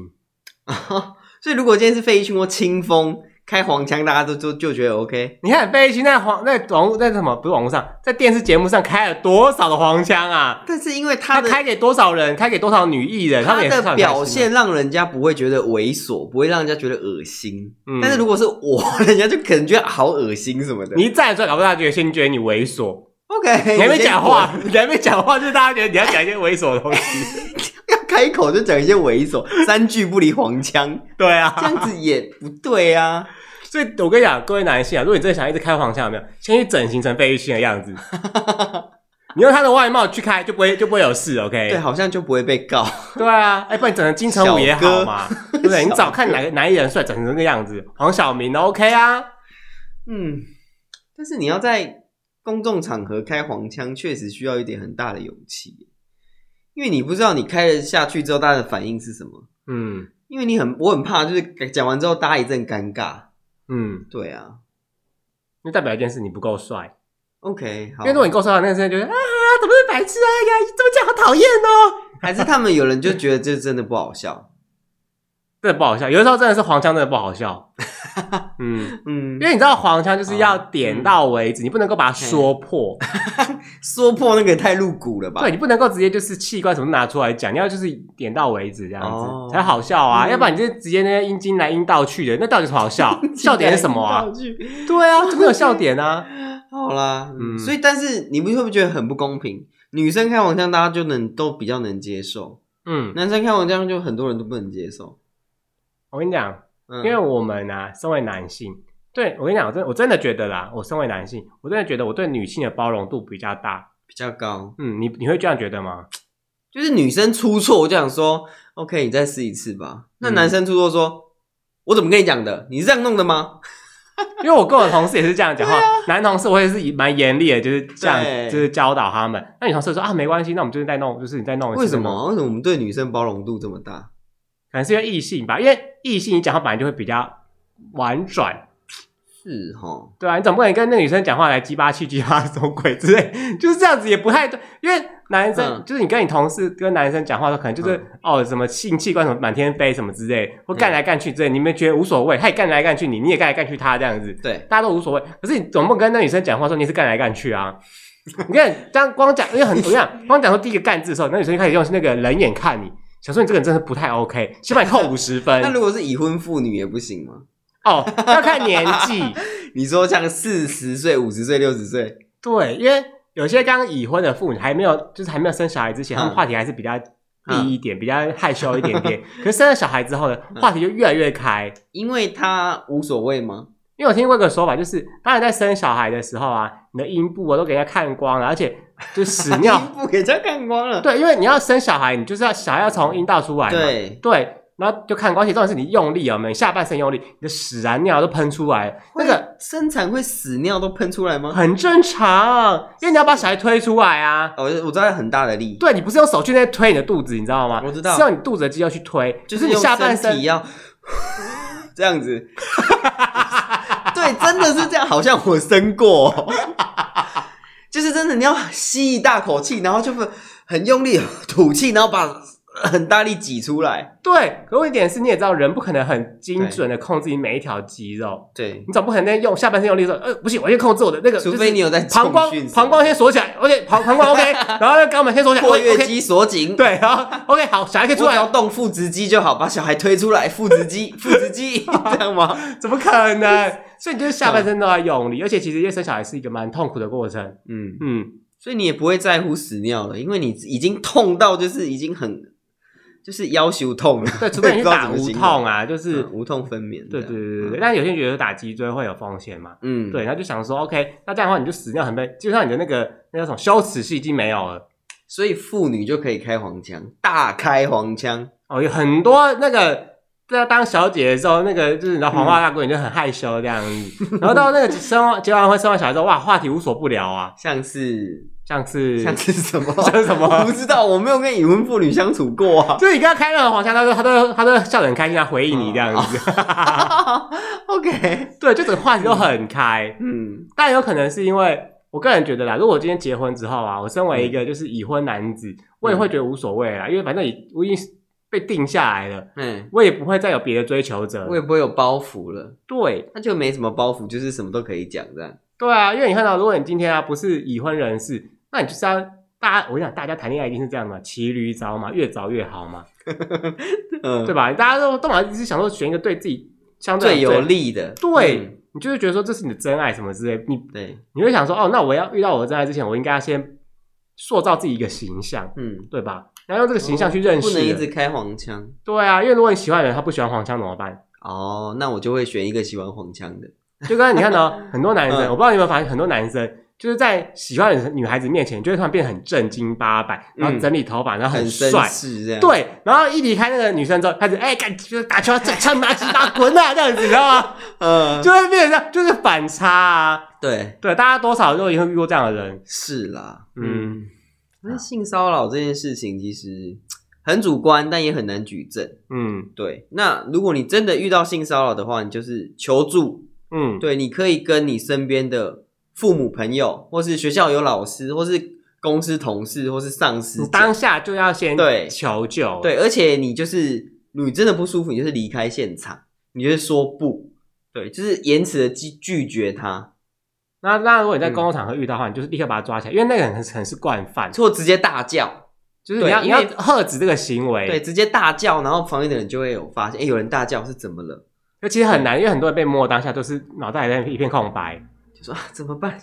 Speaker 2: 所以如果今天是费玉清或清风开黄腔，大家都就就觉得 OK。
Speaker 1: 你看费玉清在黄在网络在什么不是网络上，在电视节目上开了多少的黄腔啊？
Speaker 2: 但是因为他
Speaker 1: 他
Speaker 2: 的
Speaker 1: 开给多少人，开给多少女艺人，他
Speaker 2: 他
Speaker 1: 们也是
Speaker 2: 的
Speaker 1: 很
Speaker 2: 表
Speaker 1: 开心啊
Speaker 2: 现，让人家不会觉得猥琐，不会让人家觉得恶心。
Speaker 1: 嗯
Speaker 2: 但是如果是我，人家就可能觉得好恶心什么的。
Speaker 1: 你一站出来，搞不好大家觉得先觉得你猥琐，
Speaker 2: OK？
Speaker 1: 你还没
Speaker 2: 哎先
Speaker 1: 讲
Speaker 2: 滚
Speaker 1: 话，你还没讲话，就是大家觉得你要讲一些猥琐的东西。
Speaker 2: 要开口就讲一些猥琐，三句不离黄腔。
Speaker 1: 对啊，
Speaker 2: 这样子也不 对啊！
Speaker 1: 所以我跟你讲，各位男性啊，如果你真的想一直开黄腔，有没有？先去整形成费玉清的 样子，你用他的外貌去开，就不会就不会有事，OK？
Speaker 2: 对，啊好像就不会被告。
Speaker 1: 对啊，哎，不然整成金城武也好嘛，对不 对？你找看哪个男艺人帅，整成这个样子，黄晓明 OK 啊？
Speaker 2: 嗯，但是你要在公众场合开黄腔，确实需要一点很大的勇气，因为你不知道你开了下去之后大家的反应是什么。
Speaker 1: 嗯
Speaker 2: 因为你很，我很怕，就是讲完之后大家一阵尴尬。
Speaker 1: 嗯，
Speaker 2: 对啊
Speaker 1: 那代表一件事，你不够帅。
Speaker 2: ，OK，好
Speaker 1: 因为。如果你够帅，那个生就觉得啊，怎么是白痴啊？呀，这么讲好讨厌哦。
Speaker 2: 还是他们有人就觉得这真的不好笑，
Speaker 1: 真的不好笑。有的时候真的是黄腔，真的不好 笑。嗯，
Speaker 2: 嗯
Speaker 1: 因，为你知道黄腔就是要
Speaker 2: 哦
Speaker 1: 点到为止，你不能够把它说破，
Speaker 2: 说破那个也太露骨了吧？
Speaker 1: 对，你不能够直接就是器官什么都拿出来讲，你要就是点到为止这样子、
Speaker 2: 哦
Speaker 1: 才好笑啊，
Speaker 2: 嗯
Speaker 1: 要不然你就直接那些阴茎来阴道去的，那到底有什么好笑？笑点是什么啊？
Speaker 2: 道具？
Speaker 1: 对啊， 就没有笑点啊。
Speaker 2: 好啦，
Speaker 1: 嗯
Speaker 2: 嗯，所以但是你们会不会觉得很不公平？女生开黄腔，大家就能都比较能接受，
Speaker 1: 嗯，
Speaker 2: 男生开黄腔就很多人都不能接受。
Speaker 1: 我跟你讲，
Speaker 2: 嗯，
Speaker 1: 因为我们啊，身为男性，对我跟你讲，我真我真的觉得啦，我身为男性，我真的觉得我对女性的包容度比较大。
Speaker 2: 比较高，
Speaker 1: 嗯，你你会这样觉得吗？
Speaker 2: 就是女生出错，我就想说，OK，你再试一次吧。那
Speaker 1: 嗯
Speaker 2: 男生出错说，我怎么跟你讲的？你是这样弄的吗？
Speaker 1: 因为我跟我同事也是这样讲 话，男同事我也是蛮严厉的，就是这样，
Speaker 2: 啊对
Speaker 1: 就是教导他们。那女同事说啊，没关系，那我们就是再弄，就是你再弄一次。
Speaker 2: 为什
Speaker 1: 再弄
Speaker 2: 么？为什么我们对女生包容度这么大？
Speaker 1: 可能是因为异性吧，因为异性你讲话本来就会比较婉转，
Speaker 2: 是哈，
Speaker 1: 对啊，你总不能跟那女生讲话来鸡巴气、鸡巴什么鬼之类，就是这样子也不太对。因为男生、
Speaker 2: 嗯
Speaker 1: 就是你跟你同事跟男生讲话的时候，可能就是、哦什么性器官什么满天飞什么之类，或
Speaker 2: 嗯
Speaker 1: 干来干去之类，你们觉得无所谓，他也干来干去你，你也干来干去他这样子，
Speaker 2: 对，
Speaker 1: 大家都无所谓。可是你总不能跟那女生讲话说你是干来干去 啊。你看，这样光讲，因为很我跟你讲光讲说第一个“干”字的时候，那女生就开始用那个冷眼看你，想说你这个人真的不太 OK，起码你扣五十分。
Speaker 2: 那如果是已婚妇女也不行吗？
Speaker 1: 哦，要看年纪。
Speaker 2: 你说像四十岁、五十岁、六十岁，
Speaker 1: 对，因为有些刚已婚的妇女还没有，就是还没有生小孩之前，
Speaker 2: 嗯
Speaker 1: 他们话题还是比较低一点，比较害羞一点点。可是生了小孩之后呢，
Speaker 2: 嗯
Speaker 1: 话题就越来越开。
Speaker 2: 因为她无所谓吗？
Speaker 1: 因为我听过一个说法，就是当你在生小孩的时候啊，你的阴部啊都给人家看光了，而且就屎
Speaker 2: 已
Speaker 1: 尿。
Speaker 2: 经不给人家看光了。
Speaker 1: 对，因为你要生小孩，你就是要小孩要从阴道出来嘛。
Speaker 2: 对，
Speaker 1: 对然后就看光，而且重点是你用力有没有？你下半身用力，你的屎啊尿都喷出来了，那个
Speaker 2: 会生产会屎尿都喷出来吗？
Speaker 1: 很正常，因为你要把小孩推出来啊。
Speaker 2: 哦，我知道很大的力，
Speaker 1: 对你不是用手去那推你的肚子，你知道吗？
Speaker 2: 我知道
Speaker 1: 是用你肚子的肌肉去推，
Speaker 2: 就是
Speaker 1: 你
Speaker 2: 用
Speaker 1: 下半
Speaker 2: 身
Speaker 1: 身
Speaker 2: 体。 要这样子。对，真的是这样，好像我生过 哦、就是真的你要吸一大口气，然后就会很用力吐气，然后把很大力挤出来。
Speaker 1: 对，可问题点是，你也知道，人不可能很精准的控制你每一条肌肉，
Speaker 2: 对，
Speaker 1: 你总不可能用下半身用力说，呃，不行，我先控制我的那个，
Speaker 2: 除非你有在
Speaker 1: 就是膀胱
Speaker 2: 重训什么
Speaker 1: 膀胱先锁起来，OK，膀膀胱 OK，然后那肛门先锁起来
Speaker 2: 括约
Speaker 1: ，OK，, o k
Speaker 2: 肌锁紧。
Speaker 1: 对，然后 OK，好，小孩可以出
Speaker 2: 我
Speaker 1: 来
Speaker 2: 只要
Speaker 1: 了，
Speaker 2: 动腹直肌就好，把小孩推出来，腹直肌， 腹直 肌，这样吗？
Speaker 1: 怎么可 能？所以你就是下半身都要用力，而且其实因为生小孩是一个蛮痛苦的过程，
Speaker 2: 嗯，
Speaker 1: 嗯，
Speaker 2: 所以你也不会在乎屎尿了，因为你已经痛到就是已经很就是腰羞痛了。
Speaker 1: 对，除非你去
Speaker 2: 不知道
Speaker 1: 打
Speaker 2: 怎么
Speaker 1: 无
Speaker 2: 形容
Speaker 1: 痛啊，就是
Speaker 2: 嗯、无痛分娩
Speaker 1: 对
Speaker 2: 这样。
Speaker 1: 对对对对，
Speaker 2: 嗯
Speaker 1: 但有些人觉得打脊椎会有风险嘛，
Speaker 2: 嗯，
Speaker 1: 对，他就想说，OK，那这样的话你就死掉很悲，基本上你的那个那叫什么羞耻心已经没有了。
Speaker 2: 所以妇女就可以开黄腔，大开黄腔。
Speaker 1: 哦，有很多那个在当小姐的时候，那个就是你的黄
Speaker 2: 嗯
Speaker 1: 花大闺女就很害羞这样子，然后到那个生完结完婚生完小孩之后，哇，话题无所不聊啊，
Speaker 2: 像是
Speaker 1: 像是
Speaker 2: 像是什么？
Speaker 1: 像是什么。
Speaker 2: 我不知道，我没有跟已婚妇女相处过 啊
Speaker 1: 就是你跟他开任何黄腔，他都他都他都笑得很开心，他回应你这样子，
Speaker 2: 哦 OK，
Speaker 1: 对，就整个话题都很开。
Speaker 2: 嗯
Speaker 1: 但有可能是因为我个人觉得啦，如果我今天结婚之后啊，我身
Speaker 2: 嗯
Speaker 1: 为一个就是已婚男子，我也会觉得无所谓啦，因为反正也我已经被定下来了，
Speaker 2: 嗯，
Speaker 1: 我也不会再有别的追求者
Speaker 2: 我。也不会有包袱了，
Speaker 1: 对
Speaker 2: 那就没什么包袱，就是什么都可以讲这样。
Speaker 1: 对啊，因为你看到，如果你今天啊不是已婚人士，那你就是要大家，我想大家谈恋爱一定是这样的嘛，骑驴找马，越早越好嘛，
Speaker 2: 嗯，
Speaker 1: 对吧？大家都都嘛是想说选一个对自己相对
Speaker 2: 最有
Speaker 1: 利，
Speaker 2: 利的，
Speaker 1: 对。
Speaker 2: 嗯
Speaker 1: 你就会觉得说这是你的真爱什么之类，你
Speaker 2: 对，
Speaker 1: 你会想说哦，那我要遇到我的真爱之前，我应该要先塑造自己一个形象，
Speaker 2: 嗯，
Speaker 1: 对吧？然后用这个形象去认识
Speaker 2: 哦不能
Speaker 1: 人、
Speaker 2: 一直开黄腔。
Speaker 1: 对啊，因为如果你喜欢的人他不喜欢黄腔怎么办？
Speaker 2: 哦，那我就会选一个喜欢黄腔的。
Speaker 1: 就跟你看 到很多男生，
Speaker 2: 嗯
Speaker 1: 我不知道你有没有发现，很多男生就是在喜欢的女孩子面前，就会突然变得很正经八百，然后整理头发，然后
Speaker 2: 嗯很绅
Speaker 1: 帅。
Speaker 2: 士这样。，
Speaker 1: 对，然后一离开那个女生之后，开始哎，干、就是打球，这枪拿起打滚啊，这样子，你知道吗？
Speaker 2: 呃，
Speaker 1: 就会变成这样，就是反差啊。
Speaker 2: 对，
Speaker 1: 对，大家多少都也会遇过这样的人。
Speaker 2: 是啦，嗯。
Speaker 1: 嗯
Speaker 2: 那性骚扰这件事情其实很主观，但也很难举证。
Speaker 1: 嗯
Speaker 2: 对，那如果你真的遇到性骚扰的话，你就是求助。
Speaker 1: 嗯，
Speaker 2: 对，你可以跟你身边的父母、朋友，或是学校有老师，或是公司同事，或是上司
Speaker 1: 你
Speaker 2: 讲
Speaker 1: 当下就要先
Speaker 2: 对
Speaker 1: 求救。
Speaker 2: 对，而且你就是你真的不舒服，你就是离开现场，你就是说不，对，就是延迟的拒拒绝他，
Speaker 1: 那那如果你
Speaker 2: 嗯
Speaker 1: 在公共场合遇到的话，你就是立刻把他抓起来，因为那个人很很是惯犯，
Speaker 2: 或直接大叫，
Speaker 1: 就是你要
Speaker 2: 对
Speaker 1: 你
Speaker 2: 因
Speaker 1: 要
Speaker 2: 为
Speaker 1: 喝止这个行
Speaker 2: 对，
Speaker 1: 为，
Speaker 2: 直接大叫，然后旁边的人就会有发现，哎，有人大叫是怎么了？
Speaker 1: 那其实很难，因为很多人被摸当下都是脑袋里面一片空白。
Speaker 2: 就说啊，怎么办？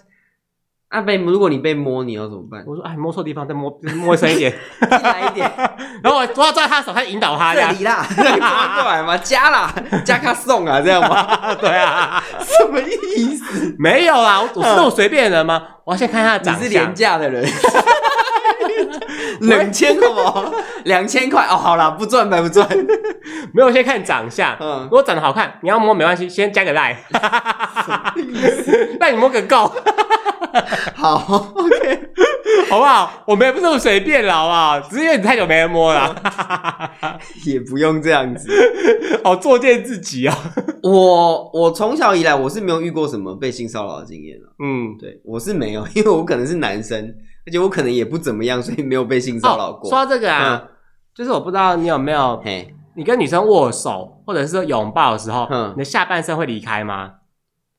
Speaker 2: 啊被如果你被摸，你要怎么办？
Speaker 1: 我说哎，摸错地方，再摸 摸深一点，
Speaker 2: 进来一点，
Speaker 1: 然后我我要抓他的手，他引导他
Speaker 2: 这
Speaker 1: 呀，
Speaker 2: 里啦，抓过来嘛，加啦，加卡送啊，这样吗？
Speaker 1: 对啊，
Speaker 2: 什么意思？
Speaker 1: 没有啦，我我是那种随便的人吗？我要先看他的
Speaker 2: 嗯
Speaker 1: 长
Speaker 2: 你是
Speaker 1: 相
Speaker 2: 廉。价的 人，冷千好不好？两千块哦，好啦，不赚白不赚。
Speaker 1: 没有，先看长相。
Speaker 2: 嗯
Speaker 1: 如果长得好看，你要摸没关系，先加个赖。那你摸个够，
Speaker 2: 好，OK，
Speaker 1: 好不好？我们也不是那么随便啦，好不好？只是因为你太久没人摸了，
Speaker 2: 也不用这样子。
Speaker 1: 好哦作践自己啊。
Speaker 2: 我我从小以来我是没有遇过什么被性骚扰的经验了，啊
Speaker 1: 嗯，
Speaker 2: 对我是没有，因为我可能是男生，而且我可能也不怎么样，所以没有被性骚扰过。
Speaker 1: 说到这个啊，就是我不知道你有没有
Speaker 2: 嗯，，嘿，
Speaker 1: 你跟女生握手或者是拥抱的时候，
Speaker 2: 嗯
Speaker 1: 你的下半身会离开吗？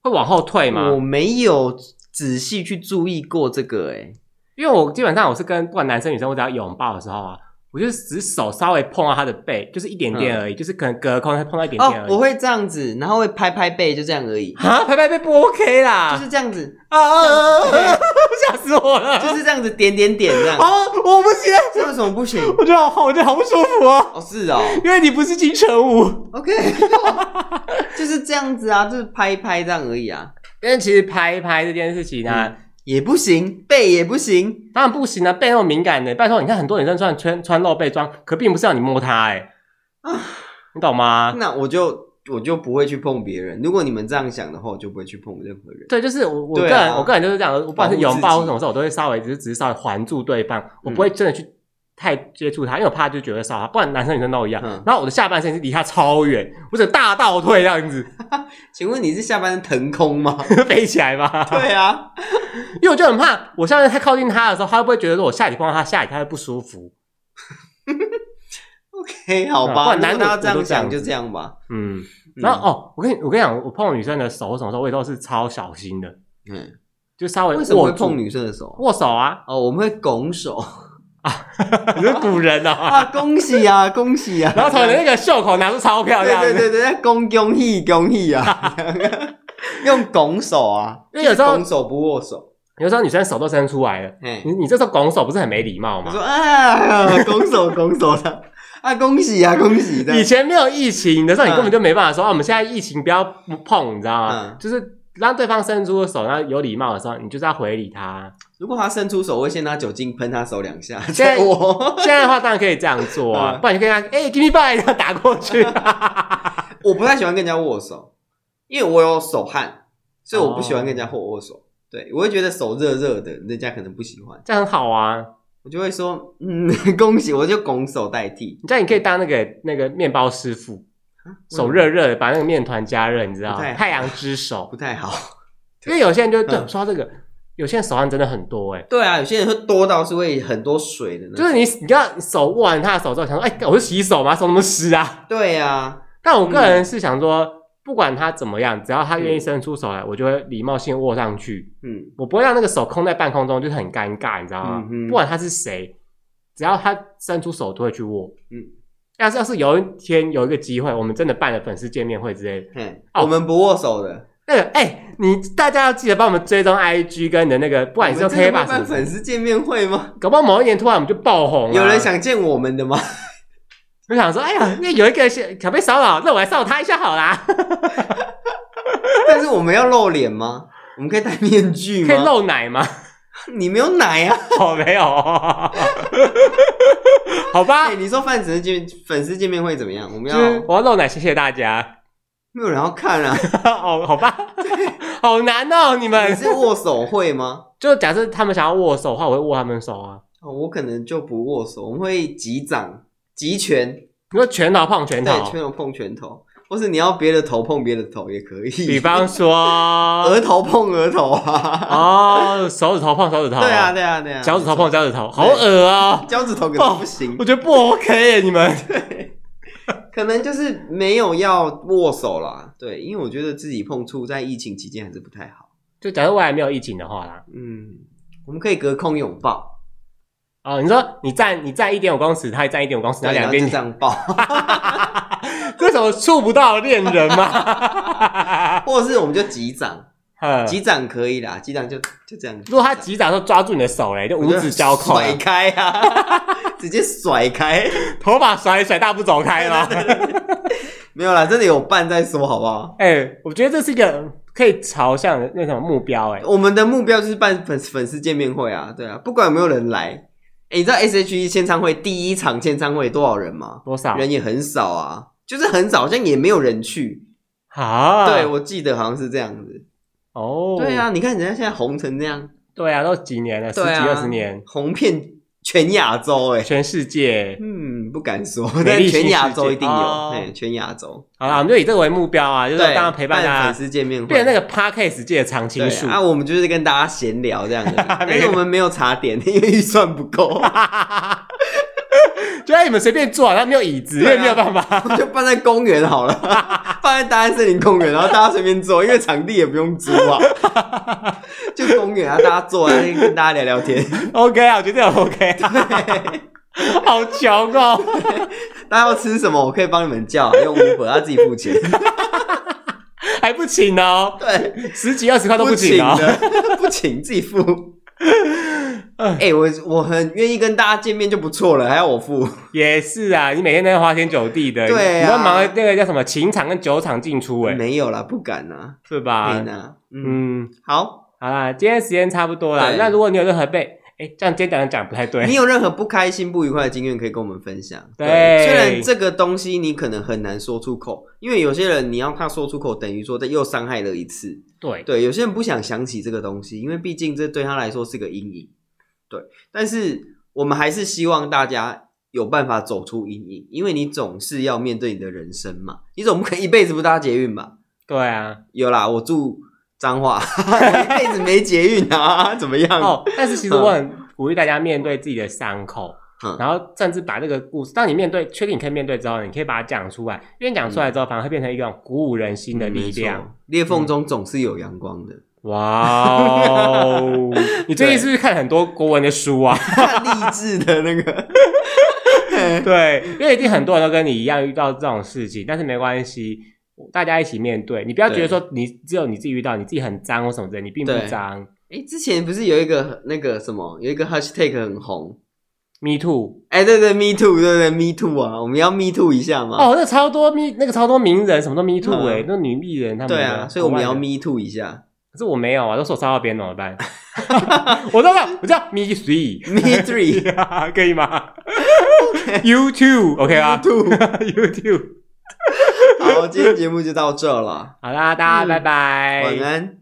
Speaker 1: 会往后退
Speaker 2: 我
Speaker 1: 吗？
Speaker 2: 没有仔细去注意过这个、欸，
Speaker 1: 因为我基本上我是跟不管男生女生，我只要拥抱的时候啊，我就是只是手稍微碰到她的背，就是一点点而已，就是可能隔空碰到一点点
Speaker 2: 哦
Speaker 1: 而，已。
Speaker 2: 我会这样子，然后会拍拍背，就这样而已，
Speaker 1: 啊，拍拍背不 OK 啦，
Speaker 2: 就是这样子，
Speaker 1: 啊啊啊啊！吓死我了！
Speaker 2: 就是这样子，点点点这样，
Speaker 1: 啊，我不行，
Speaker 2: 这有什么不行？
Speaker 1: 我觉得好好，我觉得好不舒服哦，
Speaker 2: 哦，是哦
Speaker 1: 因为你不是金城武。
Speaker 2: ，OK，就是这样子啊，就是拍一拍这样而已啊，嗯
Speaker 1: 因为其实拍一拍这件事情啊，
Speaker 2: 也不行，背也不行，
Speaker 1: 当然不行啊，背那么敏感的，拜托，你看很多女生穿穿穿露背装，可并不是让你摸她哎、
Speaker 2: 啊
Speaker 1: 你懂吗？
Speaker 2: 那我就我就不会去碰别人。如果你们这样想的话，我就不会去碰任何人。
Speaker 1: 对，就是我我个
Speaker 2: 对
Speaker 1: 人、
Speaker 2: 啊
Speaker 1: 我个人就是这样，我不管是
Speaker 2: 保护自己嗯
Speaker 1: 拥抱或什么时候，我都会稍微只是只是稍微环住对方，我不会真的去太接触他，因为我怕就觉得骚扰他，不管男生女生都一样。
Speaker 2: 嗯
Speaker 1: 然后我的下半身是离他超远，我整个大倒退这样子
Speaker 2: 请问你是下班腾空吗？
Speaker 1: 飞起来吧。
Speaker 2: 对啊，
Speaker 1: 因为我就很怕，我下面太靠近他的时候，他会不会觉得说我下体碰到他下体，他会不舒服？
Speaker 2: 嘿，好
Speaker 1: 啊不
Speaker 2: 吧，
Speaker 1: 然男
Speaker 2: 如
Speaker 1: 女
Speaker 2: 果他要这
Speaker 1: 我
Speaker 2: 样
Speaker 1: 都这样
Speaker 2: 想
Speaker 1: 子
Speaker 2: 就这样吧。
Speaker 1: 嗯，
Speaker 2: 嗯
Speaker 1: 然后、哦，我跟你我跟你讲，我碰女生的手什么时候，我也都是超小心的，
Speaker 2: 嗯，
Speaker 1: 就稍微
Speaker 2: 为什么
Speaker 1: 握
Speaker 2: 会
Speaker 1: 住
Speaker 2: 碰女生的手？
Speaker 1: 握手 啊，
Speaker 2: 哦，我们会拱手
Speaker 1: 你是古人啊。
Speaker 2: 啊，恭喜啊，恭喜啊！
Speaker 1: 然后从你的那个袖口拿出钞票这
Speaker 2: 对
Speaker 1: 样子，啊
Speaker 2: 对对对，在恭恭喜恭喜 啊，用拱手啊，
Speaker 1: 因为有时候
Speaker 2: 拱手不握手。
Speaker 1: 有时候女生手都伸出来了，
Speaker 2: 嘿
Speaker 1: 你，你这时候拱手不是很没礼貌
Speaker 2: 我
Speaker 1: 吗
Speaker 2: 说？啊，拱 手拱手的啊，恭喜 啊，恭喜的
Speaker 1: 以。前没有疫情的时候，你
Speaker 2: 嗯
Speaker 1: 根本就没办法说、啊，我们现在疫情不要碰，你知道吗？
Speaker 2: 嗯
Speaker 1: 就是让对方伸出手，然后有礼貌的时候，你就是要回礼 他。
Speaker 2: 如果他伸出手，我会先拿酒精喷他手两 下。
Speaker 1: 在
Speaker 2: 在我
Speaker 1: 现在的话当然可以这样做啊，
Speaker 2: 嗯
Speaker 1: 不然你就跟他哎、give me five，然后打过去。
Speaker 2: 我不太喜欢跟人家握手，因为我有手汗，所以我不喜欢跟人家握握手。对，我会觉得手热热的，人家可能不喜欢，
Speaker 1: 这样很好啊。
Speaker 2: 我就会说嗯， 恭喜，我就拱手代替。
Speaker 1: 你这样你可以当那个那个面包师傅，
Speaker 2: 啊
Speaker 1: 手热热的把那个面团加热，你知道
Speaker 2: 不
Speaker 1: 吗
Speaker 2: 太？好
Speaker 1: 太阳之手
Speaker 2: 不，太好。
Speaker 1: 因为有些人就对
Speaker 2: 嗯
Speaker 1: 说到这个，有些人手汗真的很多哎、
Speaker 2: 对啊，有些人会多到是会很多水的那
Speaker 1: 就
Speaker 2: 种。
Speaker 1: 是你，你要手握完他的手之后，想说，哎、干我是洗手吗？手那么湿啊！
Speaker 2: 对啊，
Speaker 1: 但我个人是想说，不管他怎么样，只要他愿意伸出手来，我就会礼貌性握上去，
Speaker 2: 嗯，
Speaker 1: 我不会让那个手空在半空中，就是很尴尬，你知道吗？
Speaker 2: 嗯哼
Speaker 1: 不管他是谁，只要他伸出手，都会去握。嗯
Speaker 2: 嗯，
Speaker 1: 要是要是有一天有一个机会，我们真的办了粉丝见面会之类的，
Speaker 2: 嘿，
Speaker 1: 哦
Speaker 2: 我们不握手的，
Speaker 1: 那个，哎、你大家要记得帮我们追踪 IG 跟你的那个，不
Speaker 2: 我
Speaker 1: 管
Speaker 2: 们
Speaker 1: 你是用
Speaker 2: 真的
Speaker 1: K
Speaker 2: 会
Speaker 1: 吧什
Speaker 2: 办
Speaker 1: 么
Speaker 2: 粉
Speaker 1: 的，
Speaker 2: 丝见面会吗？
Speaker 1: 搞不好某一年突然我们就爆红、啊。
Speaker 2: 有人想见我们的 吗？
Speaker 1: 我想说，哎呀，那有一个是想被骚扰，那我来骚扰他一下好啦，
Speaker 2: 但是我们要露脸吗？我们可以戴面具吗？
Speaker 1: 可以露奶 吗？
Speaker 2: 你没有奶啊！
Speaker 1: 哦，没有， 好吧
Speaker 2: 哎、，你说范粉丝见粉丝见面会怎么样？我们
Speaker 1: 就
Speaker 2: 要
Speaker 1: 是我要露奶，谢谢大家。
Speaker 2: 没有人要看啊？
Speaker 1: 哦，好 吧，好难哦，你
Speaker 2: 你
Speaker 1: 们
Speaker 2: 是握手会吗？
Speaker 1: 就假设他们想要握手的话，我会握他们手啊。
Speaker 2: 哦，我可能就不握手，我们会击掌、击拳，
Speaker 1: 你说拳头碰拳
Speaker 2: 对，
Speaker 1: 头
Speaker 2: 拳，头碰拳头，或是你要别的头碰别的头也可以，
Speaker 1: 比方
Speaker 2: 额
Speaker 1: 说，
Speaker 2: 头碰额头啊。
Speaker 1: 哦，手指头碰手指头，
Speaker 2: 对啊，，对啊，对啊，
Speaker 1: 脚趾头碰脚趾头，好恶啊！
Speaker 2: 脚趾头可能不行，
Speaker 1: 我觉得不 OK 耶，你们
Speaker 2: 可能就是没有要握手啦。对，因为我觉得自己碰触在疫情期间还是不太好。
Speaker 1: 就假如未来没有疫情的话啦，
Speaker 2: 嗯，我们可以隔空拥抱，
Speaker 1: 哦，你说你站你站一点五公尺，他也站一点五公尺，然后
Speaker 2: 对然
Speaker 1: 两
Speaker 2: 后就
Speaker 1: 边
Speaker 2: 这样抱，
Speaker 1: 为什么触不到恋人吗？
Speaker 2: 或者是我们就击掌，
Speaker 1: 嗯
Speaker 2: 击掌可以啦，击掌就就这样。
Speaker 1: 如果他击掌的时候抓住你的手嘞，就五指交扣啊，
Speaker 2: 甩开啊， 直接甩开。
Speaker 1: 头发甩一甩，大步走开了。
Speaker 2: 没有啦，真的有伴再说好不好？
Speaker 1: 哎、我觉得这是一个可以朝向的那什么目标、哎，
Speaker 2: 我们的目标就是办粉粉丝见面会啊，对啊，不管有没有人来。哎、你知道 S.H.E 签唱会第一场签唱会多少人吗？
Speaker 1: 多少？
Speaker 2: 人也很少啊，就是很少，好像也没有人去。
Speaker 1: 好，
Speaker 2: 对，我记得好像是这样子。
Speaker 1: 嗯哦，
Speaker 2: 对，啊，你看人家现在红成这样，
Speaker 1: 对啊，都几年了，十
Speaker 2: 对
Speaker 1: 几
Speaker 2: 啊
Speaker 1: 二十年，
Speaker 2: 红遍全亚洲、哎，
Speaker 1: 全世界。
Speaker 2: 嗯，不敢说，
Speaker 1: 美
Speaker 2: 但
Speaker 1: 丽新
Speaker 2: 全亚洲
Speaker 1: 世界
Speaker 2: 一定有，
Speaker 1: 哦
Speaker 2: 哎、全亚洲。
Speaker 1: 好啦，我们就以这个为目标啊，就是
Speaker 2: 对，
Speaker 1: 当然陪伴
Speaker 2: 办
Speaker 1: 大家，
Speaker 2: 粉丝见面会，
Speaker 1: 变成那个 podcast 界的常青
Speaker 2: 对
Speaker 1: 树。
Speaker 2: 啊，我们就是跟大家闲聊这 样子，但是我们没有茶点，因为预算不够，
Speaker 1: 就让你们随便坐啊，他没有椅子，因
Speaker 2: 啊对啊
Speaker 1: 为没有办法。
Speaker 2: 就办在公园好了， 办在大安森林公园，然后大家随便坐，因为场地也不用租啊， 就公园啊，大家坐，然后跟大家聊聊天，
Speaker 1: OK 啊，我觉得这种 OK，好穷哦。
Speaker 2: 大家要吃什么，我可以帮你们叫，用 Uber，他自己付钱，
Speaker 1: 还不请哦，
Speaker 2: 对，
Speaker 1: 十几二十块都
Speaker 2: 不啊
Speaker 1: 请哦。
Speaker 2: 的， 不请自己付。哎、我我很愿意跟大家见面就不错了，还要我付？
Speaker 1: 也是啊，你每天都在花天酒地的，
Speaker 2: 对啊
Speaker 1: 你要忙那个叫什么情场跟酒场进出、欸，哎，
Speaker 2: 没有啦，不敢呐、
Speaker 1: 是
Speaker 2: 啊，
Speaker 1: 吧
Speaker 2: 天？哪，嗯，
Speaker 1: 嗯，
Speaker 2: 好。
Speaker 1: 好啦，今天时间差不多啦。
Speaker 2: 对
Speaker 1: 那如果你有任何被，哎、这样今天讲的讲不太对
Speaker 2: 你，有任何不开心、不愉快的经验可以跟我们分享。
Speaker 1: 对
Speaker 2: 虽然这个东西你可能很难说出口，因为有些人你要他说出口，等于说这又伤害了一次。
Speaker 1: 对，
Speaker 2: 对，有些人不想想起这个东西，因为毕竟这对他来说是个阴影。对，但是我们还是希望大家有办法走出阴影，因为你总是要面对你的人生嘛，你总不可能一辈子不搭捷运吧？
Speaker 1: 对啊。
Speaker 2: 有啦，我住 彰化，我一辈子没捷运啊，怎么样？
Speaker 1: 哦，但是其实我很鼓励大家面对自己的伤口，
Speaker 2: 嗯
Speaker 1: 然后甚至把这个故事，当你面对，确定你可以面对之后，你可以把它讲出来，因为讲出来之后，反而会变成一种鼓舞人心的力
Speaker 2: 嗯没
Speaker 1: 量。嗯
Speaker 2: 错裂缝中总是有阳光的。
Speaker 1: 哇哦！你最近是不是看很多国文的书 啊？
Speaker 2: 看励志的 那个，
Speaker 1: 对，因为一定很多人都跟你一样遇到这种事情，但是没关系，大家一起面对。你不要觉得说你只有你自己遇到，你自己很脏或什么之类，你并不
Speaker 2: 对
Speaker 1: 脏。
Speaker 2: 哎、之前不是有一个那个什么，有一个 hashtag 很红，
Speaker 1: Me too，
Speaker 2: 哎、对对，me too，对对，me too 啊，我们要 me too 一下嘛，
Speaker 1: 哦，那超多 me，那个超多名人，什么都 me too
Speaker 2: 嗯
Speaker 1: 哎、那女艺人他们
Speaker 2: 对
Speaker 1: 的
Speaker 2: 啊，所以我们也要
Speaker 1: 国外的
Speaker 2: me too 一下
Speaker 1: 可是我没有啊，都是我骚到别人怎么 办？我知道，我知道 me three，
Speaker 2: ，me three，me
Speaker 1: 可以 吗？You too，OK 啊
Speaker 2: too，
Speaker 1: ？You too，
Speaker 2: 好，今天节目就到这了，
Speaker 1: 好啦，大家
Speaker 2: 嗯
Speaker 1: 拜拜，
Speaker 2: 晚安。